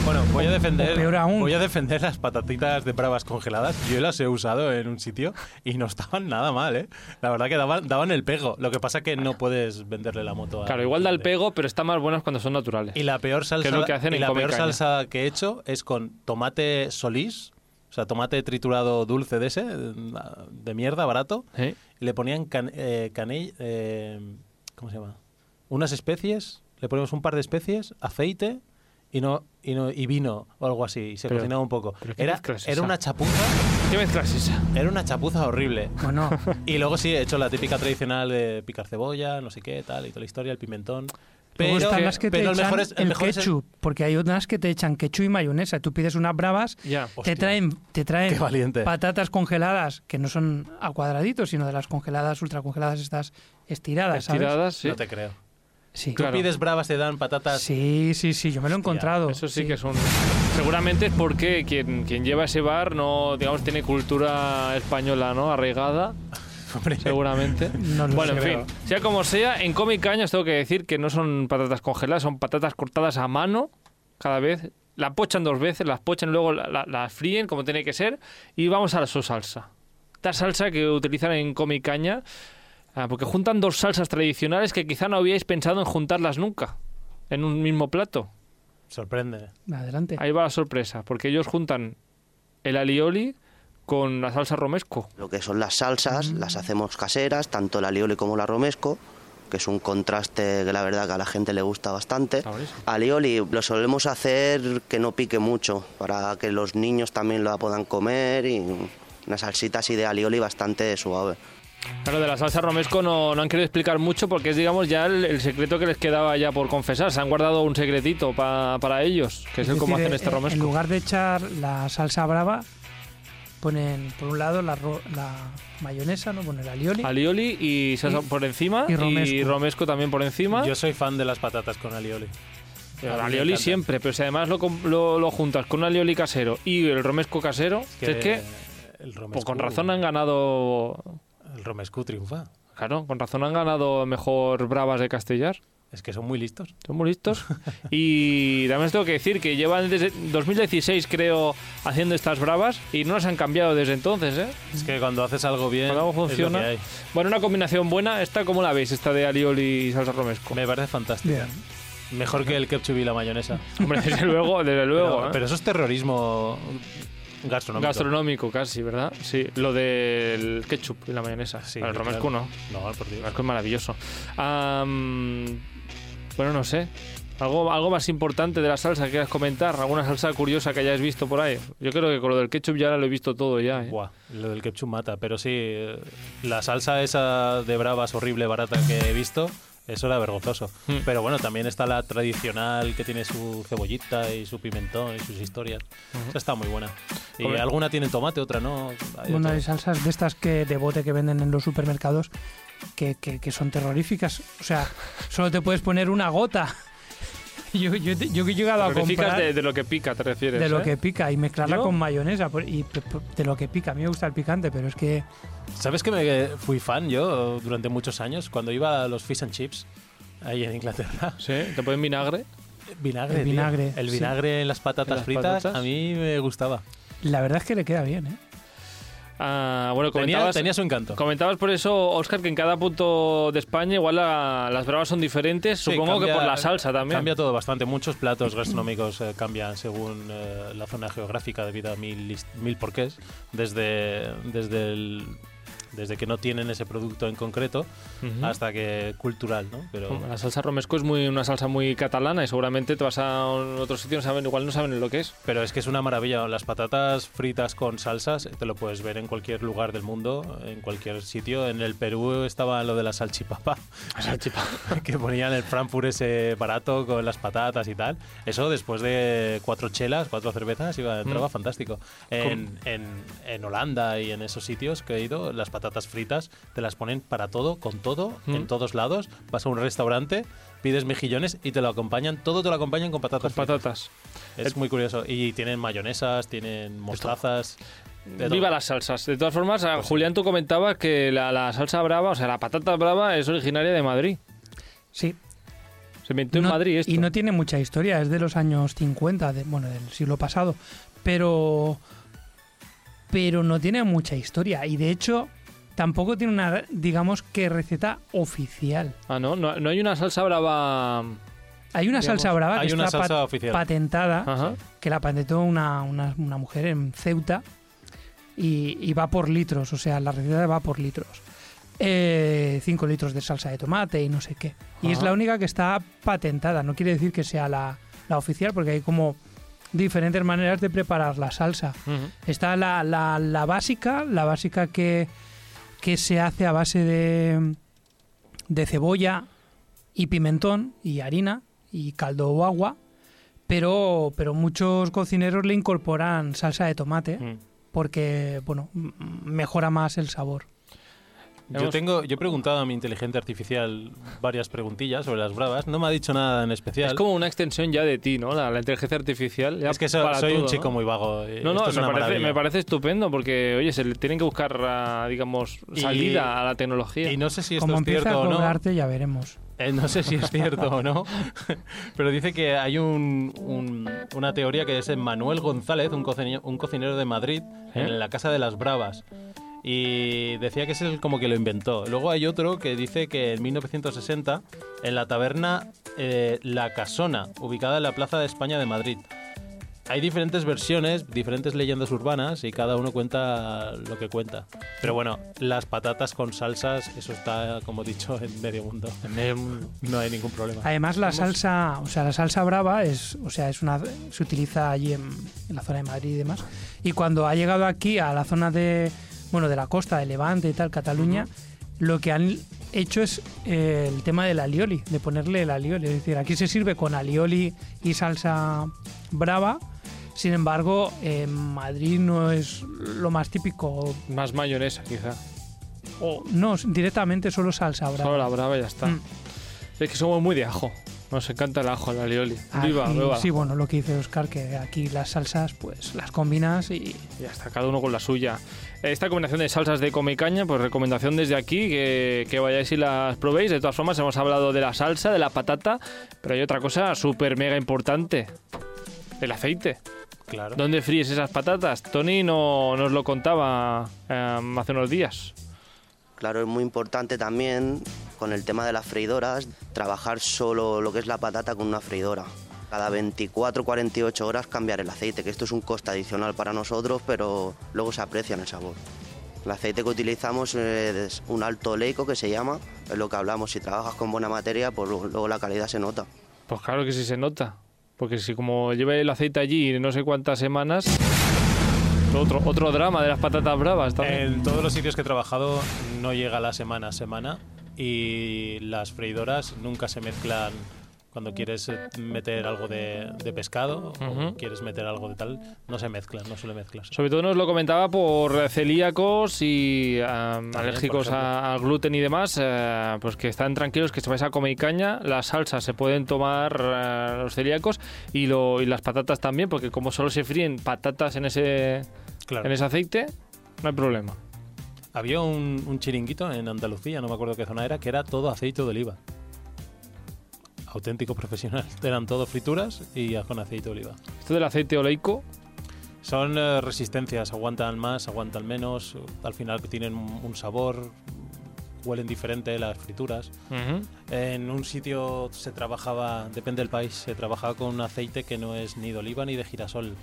[SPEAKER 1] Bueno, voy a defender.
[SPEAKER 3] o peor aún.
[SPEAKER 1] Voy a defender las patatitas de bravas congeladas. Yo las he usado en un sitio y no estaban nada mal, ¿eh? La verdad que daban, daban el pego. Lo que pasa que no puedes venderle la moto a.
[SPEAKER 2] Claro, igual da el
[SPEAKER 1] gente.
[SPEAKER 2] pego, pero están más buenas cuando son naturales.
[SPEAKER 1] Y la peor salsa,
[SPEAKER 2] Que es lo que hacen
[SPEAKER 1] y
[SPEAKER 2] en
[SPEAKER 1] la
[SPEAKER 2] Come
[SPEAKER 1] peor
[SPEAKER 2] Caña.
[SPEAKER 1] salsa que he hecho es con tomate solís, o sea, tomate triturado dulce de ese, de mierda, barato.
[SPEAKER 2] ¿Eh?
[SPEAKER 1] y le ponían can, eh, canell- eh, ¿Cómo se llama? Unas especies, le ponemos un par de especies, aceite y no y, no, y vino o algo así. Y se
[SPEAKER 2] Pero-
[SPEAKER 1] cocinaba un poco.
[SPEAKER 2] pero ¿qué
[SPEAKER 1] Era,
[SPEAKER 2] mezcla es
[SPEAKER 1] era
[SPEAKER 2] esa?
[SPEAKER 1] una chapuza,
[SPEAKER 2] ¿Qué mezcla es esa?
[SPEAKER 1] era una chapuza horrible.
[SPEAKER 3] Bueno,
[SPEAKER 1] Y luego sí, he hecho la típica tradicional de picar cebolla, no sé qué, tal, y toda la historia, el pimentón.
[SPEAKER 3] luego
[SPEAKER 1] Pero,
[SPEAKER 3] están las que te
[SPEAKER 1] pero el
[SPEAKER 3] echan
[SPEAKER 1] mejor es
[SPEAKER 3] el
[SPEAKER 1] mejor es
[SPEAKER 3] ketchup, porque hay unas que te echan ketchup y mayonesa. Tú pides unas bravas,
[SPEAKER 2] Ya.
[SPEAKER 1] Hostia.
[SPEAKER 3] te traen, te
[SPEAKER 1] Qué
[SPEAKER 3] traen
[SPEAKER 1] valiente.
[SPEAKER 3] patatas congeladas que no son a cuadraditos, sino de las congeladas, ultracongeladas, estas estiradas, ¿sabes?
[SPEAKER 2] Estiradas, sí.
[SPEAKER 1] No te creo.
[SPEAKER 3] Sí.
[SPEAKER 1] Tú
[SPEAKER 2] Claro.
[SPEAKER 1] pides bravas, te dan patatas.
[SPEAKER 3] sí, sí, sí, yo me lo he
[SPEAKER 1] Hostia,
[SPEAKER 3] encontrado.
[SPEAKER 2] Eso sí, que es un... Seguramente es porque quien, quien lleva ese bar no, digamos, tiene cultura española, ¿no? Arraigada,
[SPEAKER 1] Hombre,
[SPEAKER 2] seguramente.
[SPEAKER 3] No lo
[SPEAKER 2] bueno,
[SPEAKER 3] sé.
[SPEAKER 2] en fin, sea como sea, en Comic Caña os tengo que decir que no son patatas congeladas, son patatas cortadas a mano cada vez. La pochan dos veces, las pochan, luego la- la- las fríen como tiene que ser y vamos a su salsa. Esta salsa que utilizan en Comic Caña, ah, porque juntan dos salsas tradicionales que quizá no habíais pensado en juntarlas nunca en un mismo plato.
[SPEAKER 1] Sorprende.
[SPEAKER 3] Adelante.
[SPEAKER 2] Ahí va la sorpresa, porque ellos juntan el alioli con la salsa romesco.
[SPEAKER 4] Lo que son las salsas,
[SPEAKER 2] Mm.
[SPEAKER 4] las hacemos caseras, tanto la alioli como la romesco, que es un contraste que la verdad que a la gente le gusta bastante.
[SPEAKER 2] Está buenísimo.
[SPEAKER 4] Alioli lo solemos hacer que no pique mucho, para que los niños también la puedan comer y una salsita así de alioli bastante suave.
[SPEAKER 2] Claro, de la salsa romesco no, no han querido explicar mucho porque es, digamos, ya el, el secreto que les quedaba ya por confesar. Se han guardado un secretito pa- para ellos, que es, el
[SPEAKER 3] decir,
[SPEAKER 2] cómo hacen este
[SPEAKER 3] eh, En
[SPEAKER 2] romesco.
[SPEAKER 3] lugar de echar la salsa brava, ponen por un lado la, ro- la mayonesa, ¿no? Ponen el alioli.
[SPEAKER 2] Alioli y salsa
[SPEAKER 3] Y-
[SPEAKER 2] por encima
[SPEAKER 3] y romesco.
[SPEAKER 2] también por encima.
[SPEAKER 1] Yo soy fan de las patatas con alioli.
[SPEAKER 2] El
[SPEAKER 1] A mí me
[SPEAKER 2] alioli
[SPEAKER 1] encanta.
[SPEAKER 2] siempre, pero si además lo, com- lo- lo juntas con un alioli casero y el romesco casero, es que,
[SPEAKER 1] que el
[SPEAKER 2] Pues
[SPEAKER 1] Romescu,
[SPEAKER 2] con razón han ganado.
[SPEAKER 1] El Romescu triunfa.
[SPEAKER 2] Claro, con razón han ganado mejor Bravas de Castellar.
[SPEAKER 1] Es que son muy listos.
[SPEAKER 2] Son muy listos. Y también os tengo que decir que llevan desde 2016, creo, haciendo estas bravas y no las han cambiado desde entonces, ¿eh?
[SPEAKER 1] Es que cuando haces algo bien,
[SPEAKER 2] Cuando algo
[SPEAKER 1] es lo que
[SPEAKER 2] funciona.
[SPEAKER 1] hay.
[SPEAKER 2] Bueno, una combinación buena. ¿Esta cómo la veis? Esta de Alioli y Salsa Romesco.
[SPEAKER 1] Me parece fantástica.
[SPEAKER 3] Bien.
[SPEAKER 1] Mejor que el ketchup y la mayonesa.
[SPEAKER 2] Hombre, desde luego, desde luego.
[SPEAKER 1] pero,
[SPEAKER 2] ¿eh?
[SPEAKER 1] pero eso es terrorismo gastronómico.
[SPEAKER 2] Gastronómico casi, ¿verdad? Sí, lo del ketchup y la mayonesa.
[SPEAKER 1] Sí,
[SPEAKER 2] el romesco
[SPEAKER 1] claro.
[SPEAKER 2] no.
[SPEAKER 1] No, por
[SPEAKER 2] El
[SPEAKER 1] Dios.
[SPEAKER 2] romesco es maravilloso. Am, bueno, no sé. ¿Algo, ¿Algo más importante de la salsa que quieras comentar? ¿Alguna salsa curiosa que hayáis visto por ahí? Yo creo que con lo del ketchup ya lo he visto todo ya. ¿eh?
[SPEAKER 1] Buah, lo del ketchup mata, pero sí, eh, la salsa esa de bravas horrible, barata que he visto, eso era vergonzoso.
[SPEAKER 2] Mm.
[SPEAKER 1] Pero bueno, también está la tradicional que tiene su cebollita y su pimentón y sus historias. Esa está muy buena. Y
[SPEAKER 2] Hombre.
[SPEAKER 1] alguna tiene tomate, otra no. Hay de
[SPEAKER 3] Una
[SPEAKER 1] todo.
[SPEAKER 3] de salsas de estas que de bote que venden en los supermercados que, que- que son terroríficas. O sea, solo te puedes poner una gota. Yo, yo, te- yo he llegado a
[SPEAKER 2] Terroríficas
[SPEAKER 3] comprar
[SPEAKER 2] de, de lo que pica, te refieres.
[SPEAKER 3] de lo
[SPEAKER 2] ¿eh?
[SPEAKER 3] que pica y mezclarla
[SPEAKER 2] ¿Yo?
[SPEAKER 3] con mayonesa por- y pe- pe- de lo que pica. A mí me gusta el picante, pero es que
[SPEAKER 1] ¿Sabes que me fui fan yo durante muchos años? Cuando iba a los fish and chips ahí en Inglaterra.
[SPEAKER 2] Sí, te ponen vinagre.
[SPEAKER 1] Vinagre.
[SPEAKER 3] El
[SPEAKER 1] tío.
[SPEAKER 3] vinagre,
[SPEAKER 1] El
[SPEAKER 3] sí.
[SPEAKER 1] vinagre en las patatas
[SPEAKER 2] En las
[SPEAKER 1] fritas
[SPEAKER 2] patatas.
[SPEAKER 1] a mí me gustaba.
[SPEAKER 3] la verdad es que le queda bien, ¿eh?
[SPEAKER 2] Ah, bueno,
[SPEAKER 1] Tenía,
[SPEAKER 2] comentabas,
[SPEAKER 1] tenía su encanto.
[SPEAKER 2] comentabas por eso, Oscar, que en cada punto de España igual la- las bravas son diferentes.
[SPEAKER 1] Sí,
[SPEAKER 2] Supongo
[SPEAKER 1] cambia-
[SPEAKER 2] que por la salsa también.
[SPEAKER 1] Cambia todo bastante. Muchos platos gastronómicos eh, cambian según eh, la zona geográfica debido a mil, lis- mil porqués. Desde, desde, el- desde que no tienen ese producto en concreto
[SPEAKER 2] Ujú.
[SPEAKER 1] hasta que cultural, ¿no? Pero
[SPEAKER 2] La salsa romesco es muy, una salsa muy catalana y seguramente te vas a un- otro sitio y no saben, igual no saben lo que es.
[SPEAKER 1] Pero es que es una maravilla. Las patatas fritas con salsas eh, te lo puedes ver en cualquier lugar del mundo, en cualquier sitio. En el Perú estaba lo de la salchipapa. que ponían el Frankfurt ese barato con las patatas y tal. Eso después de cuatro chelas, cuatro cervezas, iba, entraba fantástico. En, en- en Holanda y en esos sitios que he ido, las patatas fritas te las ponen para todo, con todo, en todos lados. Vas a un restaurante, pides mejillones y te lo acompañan, todo te lo acompañan con patatas
[SPEAKER 2] Las
[SPEAKER 1] fritas.
[SPEAKER 2] patatas.
[SPEAKER 1] Es muy curioso. Y tienen mayonesas, tienen mostazas. de
[SPEAKER 2] Viva
[SPEAKER 1] todo.
[SPEAKER 2] las salsas. De todas formas, a
[SPEAKER 3] Pues
[SPEAKER 2] Julián, tú comentabas que la, la salsa brava, o sea, la patata brava es originaria de Madrid.
[SPEAKER 3] Sí.
[SPEAKER 2] Se inventó
[SPEAKER 3] No-
[SPEAKER 2] en Madrid esto.
[SPEAKER 3] Y no tiene mucha historia, es de los años 50, de- bueno, del siglo pasado. Pero. Pero no tiene mucha historia. Y de hecho, tampoco tiene una, digamos que receta oficial.
[SPEAKER 2] Ah, no, no, no hay una salsa brava.
[SPEAKER 3] Ah, Hay una
[SPEAKER 2] Digamos,
[SPEAKER 3] salsa brava
[SPEAKER 1] Hay
[SPEAKER 3] que
[SPEAKER 1] una
[SPEAKER 3] está
[SPEAKER 1] salsa
[SPEAKER 3] pat-
[SPEAKER 1] oficial.
[SPEAKER 3] patentada,
[SPEAKER 2] Ajá.
[SPEAKER 3] que la patentó una, una- una mujer en Ceuta y, y va por litros, o sea, la receta va por litros. 5 litros de salsa de tomate y no sé qué. Y es
[SPEAKER 2] Ajá.
[SPEAKER 3] la única que está patentada, no quiere decir que sea la, la oficial, porque hay como diferentes maneras de preparar la salsa.
[SPEAKER 2] Ujú.
[SPEAKER 3] Está la, la- la básica, la básica que, que se hace a base de, de cebolla y pimentón y harina y caldo o agua, pero, pero muchos cocineros le incorporan salsa de tomate
[SPEAKER 2] Mm.
[SPEAKER 3] porque, bueno, m- mejora más el sabor.
[SPEAKER 1] Yo, tengo, yo he preguntado a mi inteligencia artificial varias preguntillas sobre las bravas. No me ha dicho nada en especial.
[SPEAKER 2] Es como una extensión ya de ti, ¿no? La, la inteligencia artificial. ya
[SPEAKER 1] Es que so-
[SPEAKER 2] para
[SPEAKER 1] soy
[SPEAKER 2] todo,
[SPEAKER 1] un chico
[SPEAKER 2] ¿no?
[SPEAKER 1] muy vago. y
[SPEAKER 2] No, no,
[SPEAKER 1] esto es
[SPEAKER 2] me
[SPEAKER 1] una
[SPEAKER 2] parece,
[SPEAKER 1] maravilla.
[SPEAKER 2] me parece estupendo porque, oye, se le tienen que buscar, ah, digamos,
[SPEAKER 1] Y-
[SPEAKER 2] salida a la tecnología.
[SPEAKER 1] Y no sé si esto
[SPEAKER 3] Como
[SPEAKER 1] es
[SPEAKER 3] empieza
[SPEAKER 1] cierto
[SPEAKER 3] a
[SPEAKER 1] o no.
[SPEAKER 3] cobrarte ya veremos.
[SPEAKER 1] Eh, no sé si es cierto o no, pero dice que hay un- un- una teoría que es en Manuel González, un cocinero, un cocinero de Madrid,
[SPEAKER 2] ¿Eh?
[SPEAKER 1] en la Casa de las Bravas. Y decía que es el como que lo inventó. Luego hay otro que dice que en 1960, en la taberna eh, La Casona, ubicada en la Plaza de España de Madrid. Hay diferentes versiones, diferentes leyendas urbanas y cada uno cuenta lo que cuenta. Pero bueno, las patatas con salsas, eso está, como he dicho, en medio mundo. No hay ningún problema.
[SPEAKER 3] Además la salsa, o sea, la salsa brava es, o sea, es una se utiliza allí en, en la zona de Madrid y demás. Y cuando ha llegado aquí a la zona de bueno, de la costa de Levante y tal, Cataluña, lo que han hecho es eh, el tema del alioli, de ponerle el alioli, es decir, aquí se sirve con alioli y salsa brava. Sin embargo, en Madrid no es lo más típico
[SPEAKER 2] Más mayonesa, quizá.
[SPEAKER 3] o no, directamente solo salsa brava.
[SPEAKER 2] Solo la brava y ya está.
[SPEAKER 3] Mm.
[SPEAKER 2] Es que somos muy de ajo. Nos encanta el ajo, la alioli.
[SPEAKER 3] Ah,
[SPEAKER 2] Viva,
[SPEAKER 3] y-
[SPEAKER 2] viva.
[SPEAKER 3] sí, bueno, lo que dice Oscar, que aquí las salsas, pues las combinas y
[SPEAKER 2] Y hasta cada uno con la suya. Esta combinación de salsas de come y caña, pues recomendación desde aquí, que, que vayáis y las probéis. De todas formas, hemos hablado de la salsa, de la patata, pero hay otra cosa súper mega importante. El aceite.
[SPEAKER 1] Claro.
[SPEAKER 2] ¿Dónde fríes esas patatas? Tony no, nos lo contaba em, hace unos días.
[SPEAKER 4] Claro, es muy importante también con el tema de las freidoras, trabajar solo lo que es la patata con una freidora. Cada 24-48 horas cambiar el aceite, que esto es un coste adicional para nosotros, pero luego se aprecia en el sabor. El aceite que utilizamos es un alto oleico que se llama, es lo que hablamos, si trabajas con buena materia, pues luego luego la calidad se nota.
[SPEAKER 2] Pues claro que sí se nota. Porque si como lleva el aceite allí no sé cuántas semanas... Otro, otro drama de las patatas bravas también.
[SPEAKER 1] En todos los sitios que he trabajado no llega la semana a semana y las freidoras nunca se mezclan cuando quieres eh, meter algo de, de pescado o
[SPEAKER 2] Ujú.
[SPEAKER 1] quieres meter algo de tal, no se mezclan, no suele mezclarse.
[SPEAKER 2] Sobre todo nos lo comentaba por celíacos y am,
[SPEAKER 1] También,
[SPEAKER 2] alérgicos
[SPEAKER 1] por
[SPEAKER 2] a- al gluten y demás, eh, pues que están tranquilos que se vais a comer caña, las salsas se pueden tomar eh, los celíacos y, lo, y las patatas también, porque como solo se fríen patatas en ese,
[SPEAKER 1] Claro.
[SPEAKER 2] en ese aceite, no hay problema.
[SPEAKER 1] Había un, un chiringuito en Andalucía, no me acuerdo qué zona era, que era todo aceite de oliva. Auténtico profesional. Eran todo frituras y con aceite de oliva.
[SPEAKER 2] Esto del aceite oleico,
[SPEAKER 1] Son eh, resistencias, aguantan más, aguantan menos, al final tienen un un sabor, huelen diferente las frituras. En un sitio se trabajaba, depende del país, se trabajaba con un aceite que no es ni de oliva ni de girasol.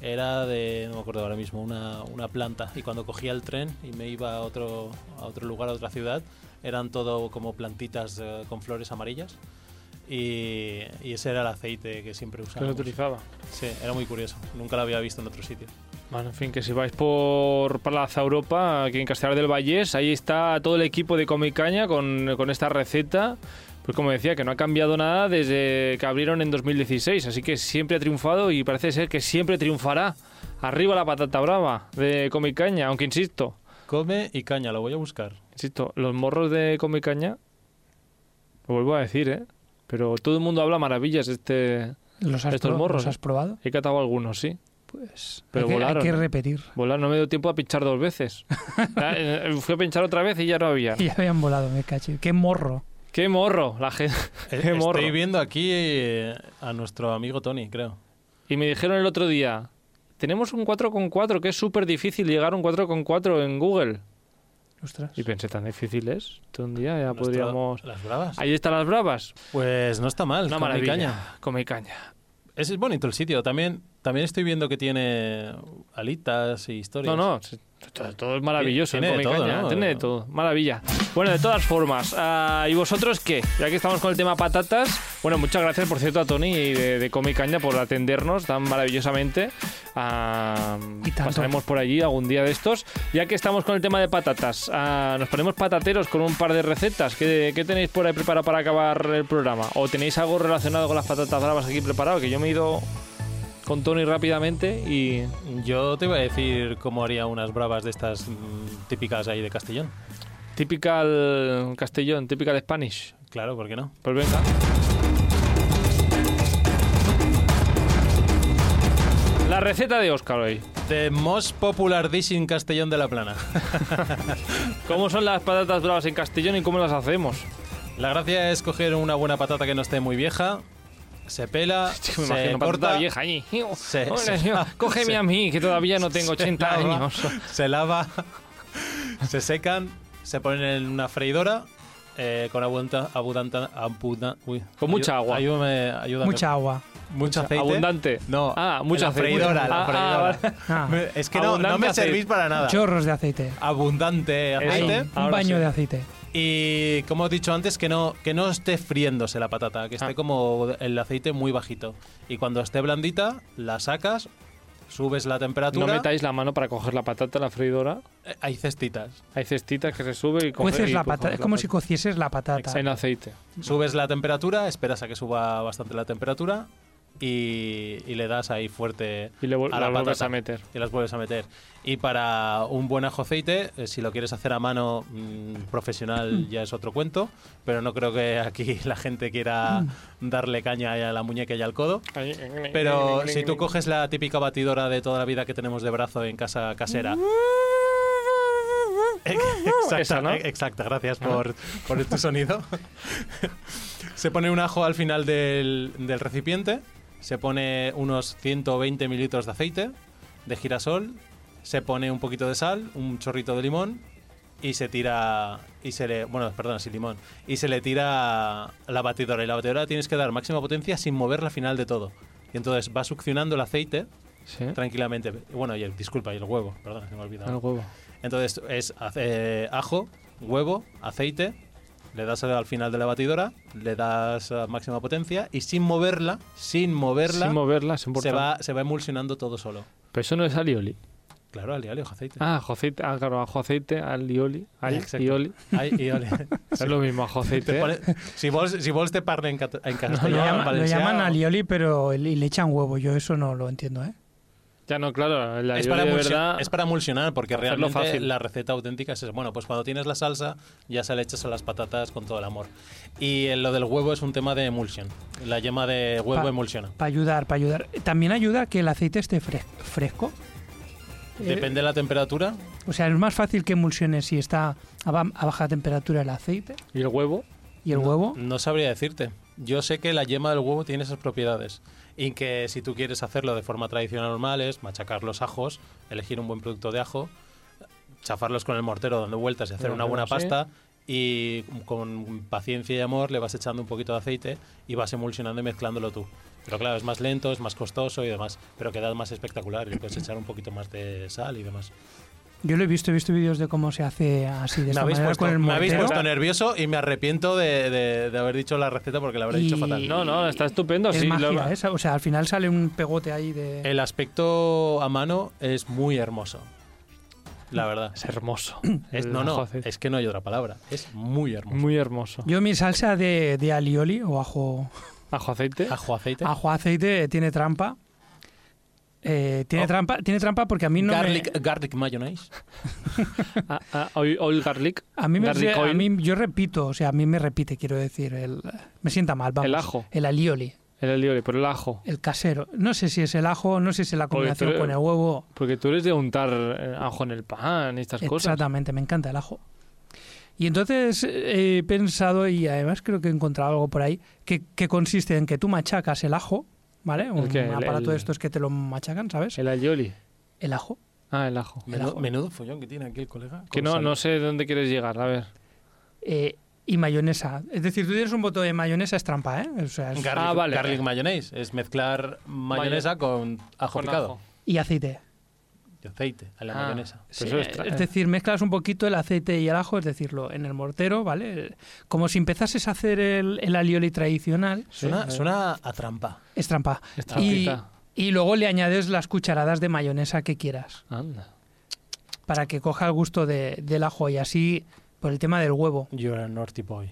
[SPEAKER 1] Era de, no me acuerdo ahora mismo, una, una planta. Y cuando cogía el tren y me iba a otro, a otro lugar, a otra ciudad, eran todo como plantitas eh, con flores amarillas. Y, y ese era el aceite que siempre
[SPEAKER 2] que se
[SPEAKER 1] usábamos.
[SPEAKER 2] utilizaba.
[SPEAKER 1] Sí, era muy curioso. Nunca lo había visto en otro sitio.
[SPEAKER 2] Bueno, en fin, que si vais por Plaza Europa, aquí en Castellar del Vallés, ahí está todo el equipo de Come y Caña con, con esta receta. Pues como decía, que no ha cambiado nada desde que abrieron en 2016, así que siempre ha triunfado y parece ser que siempre triunfará. Arriba la patata brava de Come y Caña, aunque insisto,
[SPEAKER 1] Come y caña, lo voy a buscar.
[SPEAKER 2] insisto, los morros de Come y Caña, lo vuelvo a decir, ¿eh? Pero todo el mundo habla maravillas, de este...
[SPEAKER 3] los has,
[SPEAKER 2] Estos
[SPEAKER 3] pro-
[SPEAKER 2] morros,
[SPEAKER 3] los has probado.
[SPEAKER 2] He catado algunos, sí.
[SPEAKER 3] Pues
[SPEAKER 2] Pero
[SPEAKER 3] hay, que, hay
[SPEAKER 2] volaron,
[SPEAKER 3] que
[SPEAKER 2] ¿eh?
[SPEAKER 3] repetir.
[SPEAKER 2] Volar, no me dio tiempo a pinchar dos veces. Ya, eh, Fui a pinchar otra vez y ya no había.
[SPEAKER 3] Y ya habían volado, me caché. Qué morro.
[SPEAKER 2] ¡Qué morro! La gente. ¡Qué
[SPEAKER 1] Estoy
[SPEAKER 2] morro!
[SPEAKER 1] viendo aquí eh, a nuestro amigo Tony, creo.
[SPEAKER 2] Y me dijeron el otro día, tenemos un 4,4, que es súper difícil llegar a un 4,4 en Google.
[SPEAKER 3] Ostras.
[SPEAKER 2] Y pensé, tan difícil es. Entonces, Un día ya
[SPEAKER 1] Nuestro-
[SPEAKER 2] podríamos...
[SPEAKER 1] Las bravas.
[SPEAKER 2] Ahí están las bravas.
[SPEAKER 1] Pues no está mal.
[SPEAKER 2] Una
[SPEAKER 1] come y
[SPEAKER 2] maravilla.
[SPEAKER 1] caña.
[SPEAKER 2] Come caña.
[SPEAKER 1] Es es bonito el sitio. También, también estoy viendo que tiene alitas y historias.
[SPEAKER 2] No, no. se- Todo, todo es maravilloso.
[SPEAKER 1] Tiene
[SPEAKER 2] en
[SPEAKER 1] de
[SPEAKER 2] Come y
[SPEAKER 1] todo,
[SPEAKER 2] Caña,
[SPEAKER 1] ¿no?
[SPEAKER 2] Tiene de todo. Maravilla. Bueno, de todas formas. ah, ¿Y vosotros qué? Ya que estamos con el tema patatas. Bueno, muchas gracias, por cierto, a Tony y de, de Come y Caña por atendernos tan maravillosamente. Ah,
[SPEAKER 3] Y tanto.
[SPEAKER 2] pasaremos por allí algún día de estos. Ya que estamos con el tema de patatas. ah, nos ponemos patateros con un par de recetas. ¿Qué, qué tenéis por ahí preparado para acabar el programa? ¿O tenéis algo relacionado con las patatas bravas aquí preparado? Que yo me he ido con Tony rápidamente y...
[SPEAKER 1] Yo te iba a decir cómo haría unas bravas de estas mm, típicas ahí de Castellón.
[SPEAKER 2] Typical Castellón, typical Spanish.
[SPEAKER 1] Claro, ¿por qué no?
[SPEAKER 2] Pues venga. La receta de Óscar hoy.
[SPEAKER 1] The most popular dish in Castellón de la Plana.
[SPEAKER 2] ¿Cómo son las patatas bravas en Castellón y cómo las hacemos?
[SPEAKER 1] La gracia es coger una buena patata que no esté muy vieja, se pela,
[SPEAKER 2] Sí, me
[SPEAKER 1] se
[SPEAKER 2] imagino,
[SPEAKER 1] corta,
[SPEAKER 2] patata vieja allí.
[SPEAKER 1] Se-
[SPEAKER 2] Hola,
[SPEAKER 1] se-
[SPEAKER 2] señor, cógeme a mí, que todavía no tengo
[SPEAKER 1] se
[SPEAKER 2] 80
[SPEAKER 1] lava,
[SPEAKER 2] años.
[SPEAKER 1] Se lava, se secan, se ponen en una freidora eh, con abundante,
[SPEAKER 2] Con mucha agua.
[SPEAKER 1] Ayúdame, ayúdame.
[SPEAKER 3] Mucha agua.
[SPEAKER 1] Mucho aceite.
[SPEAKER 2] Abundante.
[SPEAKER 1] No.
[SPEAKER 2] Ah, mucho
[SPEAKER 1] la
[SPEAKER 2] aceite.
[SPEAKER 1] Freidora, la
[SPEAKER 2] Ah, ah,
[SPEAKER 1] freidora.
[SPEAKER 3] Ah,
[SPEAKER 1] Me- Es que no, no
[SPEAKER 2] Abundante
[SPEAKER 1] me
[SPEAKER 2] aceite.
[SPEAKER 1] servís para nada.
[SPEAKER 3] chorros de aceite.
[SPEAKER 1] Abundante
[SPEAKER 2] Eso.
[SPEAKER 1] aceite.
[SPEAKER 2] Ahí.
[SPEAKER 3] Un
[SPEAKER 2] Ahora
[SPEAKER 3] baño
[SPEAKER 2] sí.
[SPEAKER 3] de aceite.
[SPEAKER 1] Y como he dicho antes, que no, que no esté friéndose la patata, que esté
[SPEAKER 2] Ah.
[SPEAKER 1] como el aceite muy bajito. Y cuando esté blandita, la sacas, subes la temperatura.
[SPEAKER 2] No metáis la mano para coger la patata en la freidora.
[SPEAKER 1] eh, Hay cestitas.
[SPEAKER 2] Hay cestitas que se sube y coge-
[SPEAKER 3] Cueces
[SPEAKER 2] y
[SPEAKER 3] la
[SPEAKER 2] coge
[SPEAKER 3] patata. Es como si cocieses la patata.
[SPEAKER 2] En aceite.
[SPEAKER 1] Subes la temperatura, esperas a que suba bastante la temperatura, y, y le das ahí fuerte
[SPEAKER 2] Y le vol-
[SPEAKER 1] a
[SPEAKER 2] la
[SPEAKER 1] la
[SPEAKER 2] vuelves
[SPEAKER 1] patata.
[SPEAKER 2] a meter.
[SPEAKER 1] Y las vuelves a meter. Y para un buen ajo aceite, eh, si lo quieres hacer a mano mm, profesional ya es otro cuento, pero no creo que aquí la gente quiera
[SPEAKER 2] Mm.
[SPEAKER 1] darle caña ahí a la muñeca y al codo.
[SPEAKER 2] Eh,
[SPEAKER 1] Pero si tú coges la típica batidora de toda la vida que tenemos de brazo en casa casera.
[SPEAKER 2] Mm.
[SPEAKER 1] Exacta,
[SPEAKER 2] Esa, ¿no?
[SPEAKER 1] exacta, gracias por, por tu sonido. se pone un ajo al final del, del recipiente, se pone unos 120 mililitros de aceite de girasol, se pone un poquito de sal, un chorrito de limón y se tira y se le bueno perdón sin limón y se le tira la batidora y la batidora tienes que dar máxima potencia sin mover la final de todo y entonces va succionando el aceite
[SPEAKER 2] Sí.
[SPEAKER 1] tranquilamente bueno y el, disculpa y el huevo perdón se me ha olvidado
[SPEAKER 2] ¿Eh? El huevo.
[SPEAKER 1] entonces es az- eh, ajo, huevo, aceite, le das al final de la batidora, le das a máxima potencia y sin moverla, sin moverla,
[SPEAKER 2] Sin moverla, es
[SPEAKER 1] se,
[SPEAKER 2] importante.
[SPEAKER 1] va, se va emulsionando todo solo.
[SPEAKER 2] Pero eso no es alioli.
[SPEAKER 1] Claro, alioli, ojo, aceite.
[SPEAKER 2] Ah, ajo aceite. Ah, claro, ajo aceite, alioli. Ay,
[SPEAKER 1] Exacto.
[SPEAKER 2] ioli.
[SPEAKER 1] Ay, y ole.
[SPEAKER 2] Es lo mismo, ajo aceite.
[SPEAKER 1] Te
[SPEAKER 2] ¿eh?
[SPEAKER 1] pone- si vos, si vos te parle en, cat- en
[SPEAKER 3] Lo,
[SPEAKER 1] castellano,
[SPEAKER 3] llama- lo
[SPEAKER 1] en valenciano,
[SPEAKER 3] llaman alioli, pero le, le echan huevo. Yo eso no lo entiendo, ¿eh?
[SPEAKER 2] Ya no, claro, el
[SPEAKER 1] Es
[SPEAKER 2] alioli
[SPEAKER 1] para,
[SPEAKER 2] de
[SPEAKER 1] emulsion-
[SPEAKER 2] verdad.
[SPEAKER 1] es para emulsionar, porque
[SPEAKER 2] hacerlo
[SPEAKER 1] realmente
[SPEAKER 2] fácil.
[SPEAKER 1] la receta auténtica es esa. Bueno, pues cuando tienes la salsa, ya se le echas a las patatas con todo el amor. Y eh, lo del huevo es un tema de emulsión. La yema de huevo
[SPEAKER 3] Pa-
[SPEAKER 1] emulsiona.
[SPEAKER 3] Para ayudar, para ayudar. También ayuda que el aceite esté fres- fresco. Eh,
[SPEAKER 1] Depende de la temperatura.
[SPEAKER 3] o sea, es más fácil que emulsiones si está a, ba- a baja temperatura el aceite
[SPEAKER 2] Y el huevo.
[SPEAKER 3] y el huevo.
[SPEAKER 1] No sabría decirte. Yo sé que la yema del huevo tiene esas propiedades. Y que si tú quieres hacerlo de forma tradicional normal es machacar los ajos, elegir un buen producto de ajo, chafarlos con el mortero dando vueltas y hacer
[SPEAKER 2] Lo
[SPEAKER 1] una buena
[SPEAKER 2] hacemos, sí.
[SPEAKER 1] pasta. Y con paciencia y amor le vas echando un poquito de aceite y vas emulsionando y mezclándolo tú. Pero claro, es más lento, es más costoso y demás, pero queda más espectacular y le puedes echar un poquito más de sal y demás.
[SPEAKER 3] Yo lo he visto, he visto vídeos de cómo se hace así, de
[SPEAKER 1] Me
[SPEAKER 3] esta
[SPEAKER 1] habéis,
[SPEAKER 3] manera
[SPEAKER 1] puesto,
[SPEAKER 3] con el
[SPEAKER 1] me habéis
[SPEAKER 3] mortero.
[SPEAKER 1] puesto nervioso y me arrepiento de, de- de haber dicho la receta porque la habré dicho
[SPEAKER 3] Y-
[SPEAKER 1] fatal.
[SPEAKER 2] No, no, está estupendo.
[SPEAKER 3] Es
[SPEAKER 2] sí, lo-
[SPEAKER 3] magia, ¿eh? O sea, al final sale un pegote ahí de...
[SPEAKER 1] El aspecto a mano es muy hermoso. La verdad.
[SPEAKER 2] Es hermoso.
[SPEAKER 1] Es-
[SPEAKER 2] El
[SPEAKER 1] no,
[SPEAKER 2] ajo
[SPEAKER 1] no,
[SPEAKER 2] aceite.
[SPEAKER 1] es que no hay otra palabra. Es muy hermoso.
[SPEAKER 2] Muy hermoso.
[SPEAKER 3] Yo mi salsa de, de alioli o ajo,
[SPEAKER 2] Ajo aceite.
[SPEAKER 1] ¿Eh? Ajo aceite.
[SPEAKER 3] ajo aceite tiene trampa. Eh, tiene
[SPEAKER 1] Oh.
[SPEAKER 3] trampa, tiene trampa porque a mí no me-
[SPEAKER 1] garlic, garlic mayonnaise.
[SPEAKER 2] Ah, ah, oil, oil garlic.
[SPEAKER 3] a mí me
[SPEAKER 2] garlic
[SPEAKER 3] a
[SPEAKER 2] oil.
[SPEAKER 3] mí- yo repito, o sea, a mí me repite, quiero decir, el, me sienta mal, vamos.
[SPEAKER 2] El ajo.
[SPEAKER 3] El alioli,
[SPEAKER 2] El alioli, pero el ajo.
[SPEAKER 3] el casero. No sé si es el ajo, no sé si es la combinación
[SPEAKER 2] pero-
[SPEAKER 3] con el huevo.
[SPEAKER 2] Porque tú eres de untar eh, ajo en el pan y estas cosas.
[SPEAKER 3] Exactamente, me encanta el ajo. Y entonces eh, he pensado, y además creo que he encontrado algo por ahí, que, que consiste en que tú machacas el ajo, ¿vale? Un
[SPEAKER 2] qué? El-
[SPEAKER 3] aparato
[SPEAKER 2] el-
[SPEAKER 3] de estos que te lo machacan, ¿sabes? El,
[SPEAKER 2] El alioli.
[SPEAKER 3] ajo.
[SPEAKER 2] Ah, el ajo.
[SPEAKER 3] El ajo.
[SPEAKER 1] Menudo, menudo follón que tiene aquí el colega.
[SPEAKER 2] Que
[SPEAKER 1] Con
[SPEAKER 2] no,
[SPEAKER 1] sal-
[SPEAKER 2] no sé dónde quieres llegar. A ver.
[SPEAKER 3] eh, y mayonesa. Es decir, tú tienes un bote de mayonesa, es trampa, ¿eh? O sea, es-
[SPEAKER 1] Garlic,
[SPEAKER 2] Ah, vale.
[SPEAKER 1] garlic mayonnaise. Es mezclar mayonesa con ajo
[SPEAKER 2] Con
[SPEAKER 1] picado.
[SPEAKER 2] ajo.
[SPEAKER 3] y aceite.
[SPEAKER 1] Y aceite a la
[SPEAKER 2] Ah.
[SPEAKER 1] mayonesa.
[SPEAKER 2] Pues eso es
[SPEAKER 3] Eh,
[SPEAKER 2] tra-
[SPEAKER 3] es decir, mezclas un poquito el aceite y el ajo, es decirlo, en el mortero, ¿vale? Como si empezases a hacer el, el alioli tradicional,
[SPEAKER 1] Suena,
[SPEAKER 2] eh.
[SPEAKER 1] suena a trampa.
[SPEAKER 3] es trampa.
[SPEAKER 2] Es
[SPEAKER 3] y,
[SPEAKER 2] trampita.
[SPEAKER 3] y luego le añades las cucharadas de mayonesa que quieras.
[SPEAKER 2] Anda.
[SPEAKER 3] para que coja el gusto de- del ajo y así por el tema del huevo.
[SPEAKER 1] You're a naughty boy.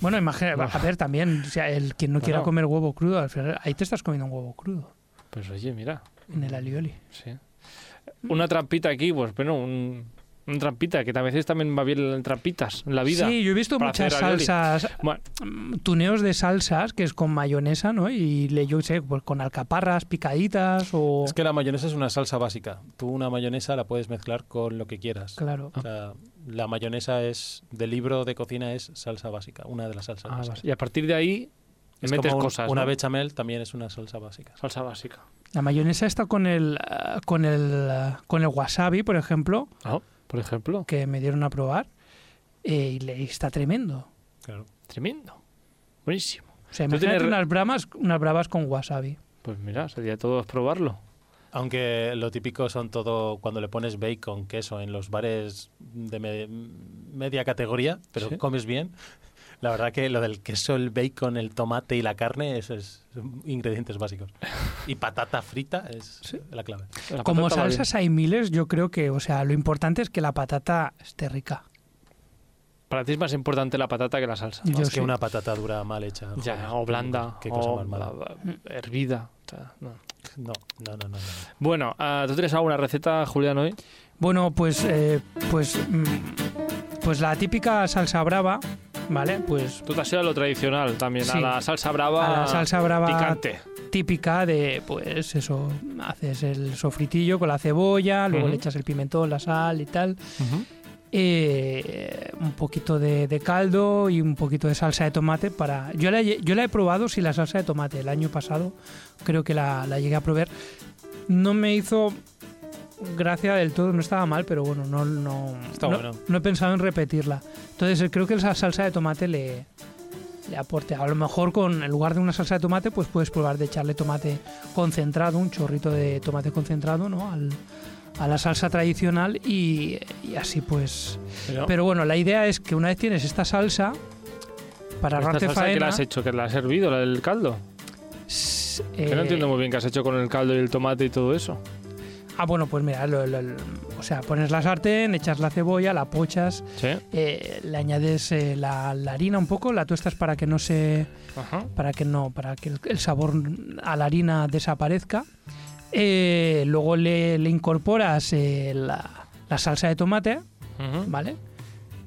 [SPEAKER 3] Bueno, imagina, a ver también, o sea, el quien no quiera
[SPEAKER 2] Bueno.
[SPEAKER 3] comer huevo crudo, al final ahí te estás comiendo un huevo crudo
[SPEAKER 2] Pues oye, mira.
[SPEAKER 3] en el alioli.
[SPEAKER 2] Sí.
[SPEAKER 1] Mm.
[SPEAKER 2] Una trampita aquí, pues bueno, un, un trampita, que a veces también va bien en trampitas en la vida.
[SPEAKER 3] Sí, yo he visto
[SPEAKER 2] para
[SPEAKER 3] muchas
[SPEAKER 2] hacer alioli.
[SPEAKER 3] salsas,
[SPEAKER 2] Bueno,
[SPEAKER 3] mm, tuneos de salsas que es con mayonesa, ¿no? Y le yo qué sé, pues con alcaparras picaditas o
[SPEAKER 1] Es que la mayonesa es una salsa básica. Tú una mayonesa la puedes mezclar con lo que quieras.
[SPEAKER 3] claro.
[SPEAKER 1] O sea, la mayonesa es del libro de cocina es salsa básica, una de las salsas.
[SPEAKER 2] ah,
[SPEAKER 1] básicas.
[SPEAKER 2] vas- y a partir de ahí
[SPEAKER 1] Es
[SPEAKER 2] metes
[SPEAKER 1] como un-
[SPEAKER 2] cosas.
[SPEAKER 1] Una
[SPEAKER 2] ¿no?
[SPEAKER 1] bechamel también es una salsa básica.
[SPEAKER 2] Salsa básica.
[SPEAKER 3] La mayonesa está con el ah, con el ah, con el wasabi, por ejemplo,
[SPEAKER 2] Ah, por ejemplo.
[SPEAKER 3] que me dieron a probar eh, y le- está tremendo.
[SPEAKER 1] Claro.
[SPEAKER 2] Tremendo. Buenísimo.
[SPEAKER 3] O sea,
[SPEAKER 2] Tú
[SPEAKER 3] imagínate
[SPEAKER 2] tienes-
[SPEAKER 3] unas bravas, unas bravas con wasabi.
[SPEAKER 2] Pues mira, sería todos probarlo.
[SPEAKER 1] Aunque lo típico son todo cuando le pones bacon, queso en los bares de me- media categoría, pero
[SPEAKER 2] Sí.
[SPEAKER 1] comes bien. La verdad que lo del queso, el bacon, el tomate y la carne, eso es son ingredientes básicos. Y patata frita es la clave.
[SPEAKER 2] La
[SPEAKER 3] Como
[SPEAKER 2] patata va bien.
[SPEAKER 3] salsas hay miles, yo creo que, o sea, lo importante es que la patata esté rica.
[SPEAKER 2] Para ti es más importante la patata Ah, que la salsa.
[SPEAKER 3] Yo
[SPEAKER 1] Más que
[SPEAKER 3] sí.
[SPEAKER 1] una patata dura mal hecha.
[SPEAKER 2] Ya,
[SPEAKER 1] joder,
[SPEAKER 2] o blanda,
[SPEAKER 1] Qué cosa
[SPEAKER 2] o
[SPEAKER 1] más mala.
[SPEAKER 2] ba- ba- hervida. sea, no.
[SPEAKER 1] No, no, no, no. no.
[SPEAKER 2] Bueno, ah, ¿tú tienes alguna receta, Julián, hoy?
[SPEAKER 3] Bueno, pues, eh, pues, mm, pues la típica salsa brava, ¿vale? Pues
[SPEAKER 2] Tú te has ido a lo tradicional también, a
[SPEAKER 3] Sí.
[SPEAKER 2] la salsa brava.
[SPEAKER 3] a la salsa brava
[SPEAKER 2] Ah, Picante.
[SPEAKER 3] típica de, pues eso, haces el sofritillo con la cebolla, luego
[SPEAKER 2] Ujú.
[SPEAKER 3] le echas el pimentón, la sal y tal. eh, un poquito de, de caldo y un poquito de salsa de tomate para... Yo la, he- yo la he probado sin la salsa de tomate el año pasado, creo que la, la llegué a probar. No me hizo gracia del todo, no estaba mal, pero bueno, no, no,
[SPEAKER 1] Está
[SPEAKER 3] no,
[SPEAKER 1] bueno.
[SPEAKER 3] no he pensado en repetirla. Entonces eh, creo que esa salsa de tomate le, le aporte. A lo mejor con en lugar de una salsa de tomate, pues puedes probar de echarle tomate concentrado, un chorrito de tomate concentrado, ¿no? Al, a la salsa tradicional y, y así pues
[SPEAKER 2] Pero,
[SPEAKER 3] pero bueno, la idea es que una vez tienes esta salsa, para
[SPEAKER 2] esta
[SPEAKER 3] ahorrarte
[SPEAKER 2] salsa que la
[SPEAKER 3] faena...
[SPEAKER 2] has hecho, que la has hervido, la del caldo.
[SPEAKER 3] s-
[SPEAKER 2] Que no
[SPEAKER 3] eh,
[SPEAKER 2] entiendo muy bien qué has hecho con el caldo y el tomate y todo eso.
[SPEAKER 3] Ah, bueno, pues mira, lo- lo- lo- o sea, pones la sartén, echas la cebolla, la pochas,
[SPEAKER 2] Sí.
[SPEAKER 3] eh, le añades eh, la, la harina un poco, la tuestas para que no se...
[SPEAKER 2] Ajá.
[SPEAKER 3] para que no, para que el, el sabor a la harina desaparezca. Eh, luego le, le incorporas eh, la, la salsa de tomate,
[SPEAKER 2] Ujú.
[SPEAKER 3] ¿vale?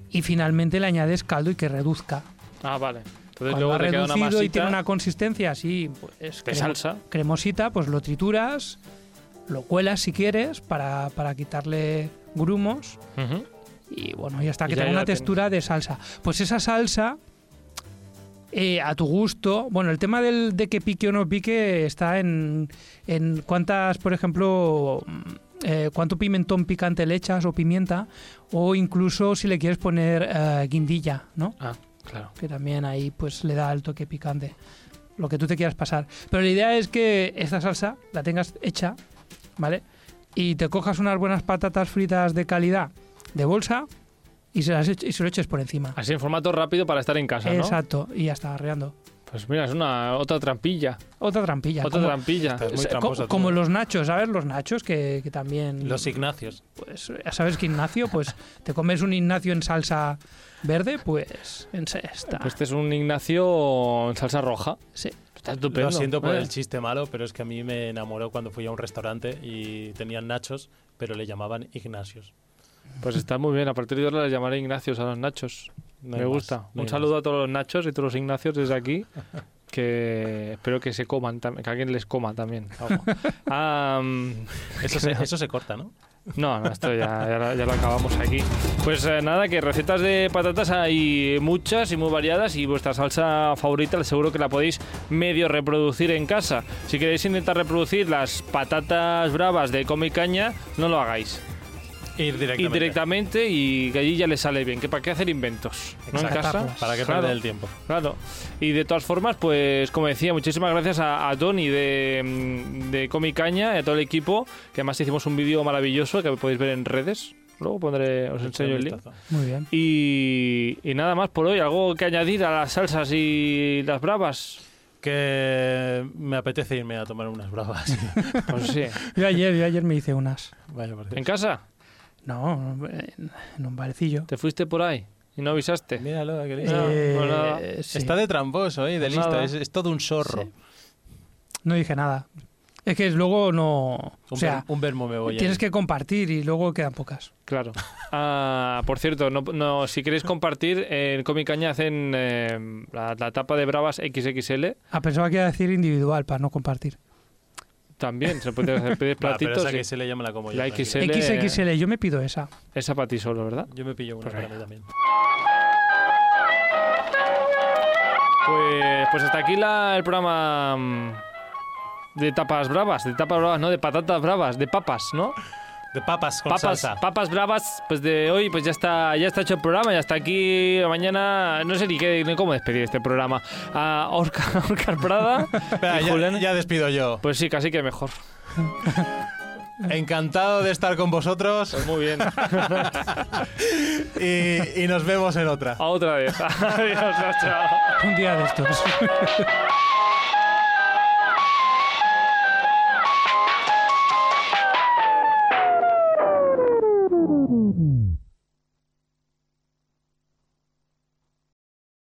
[SPEAKER 3] Y finalmente le añades caldo y que reduzca.
[SPEAKER 2] Ah, vale. Entonces
[SPEAKER 3] Cuando
[SPEAKER 2] luego
[SPEAKER 3] ha
[SPEAKER 2] te queda una
[SPEAKER 3] reducido
[SPEAKER 2] masita
[SPEAKER 3] y tiene una consistencia así, pues
[SPEAKER 2] de
[SPEAKER 3] cremo-
[SPEAKER 2] salsa.
[SPEAKER 3] cremosita, pues lo trituras, lo cuelas si quieres para, para quitarle grumos
[SPEAKER 2] Ujú.
[SPEAKER 3] y bueno, y hasta que
[SPEAKER 2] Ya,
[SPEAKER 3] tenga
[SPEAKER 2] ya
[SPEAKER 3] una
[SPEAKER 2] la tienes.
[SPEAKER 3] textura de salsa. Pues esa salsa, eh, a tu gusto, bueno, el tema del, de que pique o no pique está en, en cuántas, por ejemplo, mm, eh, cuánto pimentón picante le echas o pimienta, o incluso si le quieres poner eh, guindilla, ¿no?
[SPEAKER 2] Ah, claro.
[SPEAKER 3] que también ahí pues le da el toque picante, lo que tú te quieras pasar. Pero la idea es que esta salsa la tengas hecha, ¿vale? Y te cojas unas buenas patatas fritas de calidad de bolsa y se las ech- y se lo eches por encima.
[SPEAKER 2] Así en formato rápido para estar en casa, ¿no?
[SPEAKER 3] Exacto, y ya está arreando.
[SPEAKER 2] Pues mira, es una otra trampilla.
[SPEAKER 3] Otra trampilla.
[SPEAKER 2] otra
[SPEAKER 3] como,
[SPEAKER 2] trampilla.
[SPEAKER 1] Estás muy
[SPEAKER 3] se- co-
[SPEAKER 1] tramposo tú.
[SPEAKER 3] como los nachos, ¿sabes? Los nachos que, que también...
[SPEAKER 1] Los Ignacios.
[SPEAKER 3] pues, ya sabes que Ignacio, pues te comes un Ignacio en salsa verde, pues en se- está.
[SPEAKER 2] Pues este es un Ignacio en salsa roja.
[SPEAKER 3] Sí.
[SPEAKER 2] Está estupendo.
[SPEAKER 1] Lo siento por
[SPEAKER 2] Eh.
[SPEAKER 1] el chiste malo, pero es que a mí me enamoró cuando fui a un restaurante y tenían nachos, pero le llamaban Ignacios.
[SPEAKER 2] Pues está muy bien. A partir de ahora les llamaré Ignacios a los Nachos.
[SPEAKER 1] No hay
[SPEAKER 2] Me
[SPEAKER 1] más,
[SPEAKER 2] gusta.
[SPEAKER 1] no hay
[SPEAKER 2] un
[SPEAKER 1] más.
[SPEAKER 2] saludo a todos los Nachos y todos los Ignacios desde aquí. Que espero que se coman también, que alguien les coma también. algo. Ah, mm,
[SPEAKER 1] Eso se, eso se corta, ¿no?
[SPEAKER 2] No, no, esto ya, ya, lo- ya lo acabamos aquí. Pues eh, nada, que recetas de patatas hay muchas y muy variadas y vuestra salsa favorita seguro que la podéis medio reproducir en casa. Si queréis intentar reproducir las patatas bravas de Come y Caña, no lo hagáis.
[SPEAKER 1] Ir directamente.
[SPEAKER 2] Y directamente y que allí ya les sale bien. Que para qué hacer inventos, ¿no? En
[SPEAKER 1] Exacto.
[SPEAKER 2] casa.
[SPEAKER 1] ¿Para qué
[SPEAKER 2] Claro.
[SPEAKER 1] perder el tiempo?
[SPEAKER 2] Claro. Y de todas formas, pues como decía, muchísimas gracias a, a Tony de, mm, de Comicaña y a todo el equipo, que además hicimos un vídeo maravilloso que podéis ver en redes. Luego pondré, os enseño el link.
[SPEAKER 3] Muy bien.
[SPEAKER 2] Y, y nada más por hoy, algo que añadir a las salsas y las bravas.
[SPEAKER 1] Que me apetece irme a tomar unas bravas.
[SPEAKER 2] Pues sí,
[SPEAKER 3] Yo ayer, yo ayer me hice unas.
[SPEAKER 1] Vaya, por Dios.
[SPEAKER 2] en casa,
[SPEAKER 3] No, en, en un barecillo.
[SPEAKER 2] te fuiste por ahí y no avisaste.
[SPEAKER 1] Míralo, que listo.
[SPEAKER 2] no,
[SPEAKER 3] Eh,
[SPEAKER 2] no, nada.
[SPEAKER 3] sí.
[SPEAKER 1] Ah, Está de tramposo, ¿eh? De
[SPEAKER 2] Pues
[SPEAKER 1] listo.
[SPEAKER 2] nada.
[SPEAKER 1] Es, es todo un zorro.
[SPEAKER 3] Sí. No dije nada. Es que luego no.
[SPEAKER 1] Un,
[SPEAKER 3] o sea,
[SPEAKER 1] ver- un vermo me voy a
[SPEAKER 3] tienes
[SPEAKER 1] ir.
[SPEAKER 3] que compartir y luego quedan pocas.
[SPEAKER 2] Claro. Ah, por cierto, no, no, si queréis compartir, en Comicaña hacen eh, la, la tapa de bravas XXL.
[SPEAKER 3] Ah, pensaba que iba a decir individual para no compartir.
[SPEAKER 2] También se puede hacer pedir
[SPEAKER 1] Ah, pero
[SPEAKER 2] platitos. eh,
[SPEAKER 1] esa
[SPEAKER 2] y-
[SPEAKER 1] que se le llama la como yo.
[SPEAKER 2] La
[SPEAKER 1] tranquilo.
[SPEAKER 2] XL. Tele-
[SPEAKER 3] XXL, yo me pido esa.
[SPEAKER 2] Esa para ti solo, ¿verdad?
[SPEAKER 1] Yo me pillo una
[SPEAKER 2] Pues
[SPEAKER 1] para
[SPEAKER 2] venga.
[SPEAKER 1] mí también.
[SPEAKER 2] Pues, pues hasta aquí la- el programa mm, de tapas bravas, de tapas bravas, no, de patatas bravas, de papas, ¿no?
[SPEAKER 1] De papas con
[SPEAKER 2] papas,
[SPEAKER 1] salsa.
[SPEAKER 2] papas bravas, pues de hoy pues ya está, ya está hecho el programa, ya está aquí mañana, no sé ni qué, ni cómo despedir este programa. A Oscar, Oscar Prada,
[SPEAKER 1] Espera,
[SPEAKER 2] y
[SPEAKER 1] Ah, ya-
[SPEAKER 2] Julián-
[SPEAKER 1] ya despido yo.
[SPEAKER 2] pues sí, casi que mejor.
[SPEAKER 1] Encantado de estar con vosotros
[SPEAKER 2] Pues muy bien.
[SPEAKER 1] y, y nos vemos en otra.
[SPEAKER 2] A otra vez. Adiós, chao.
[SPEAKER 3] Un día de estos.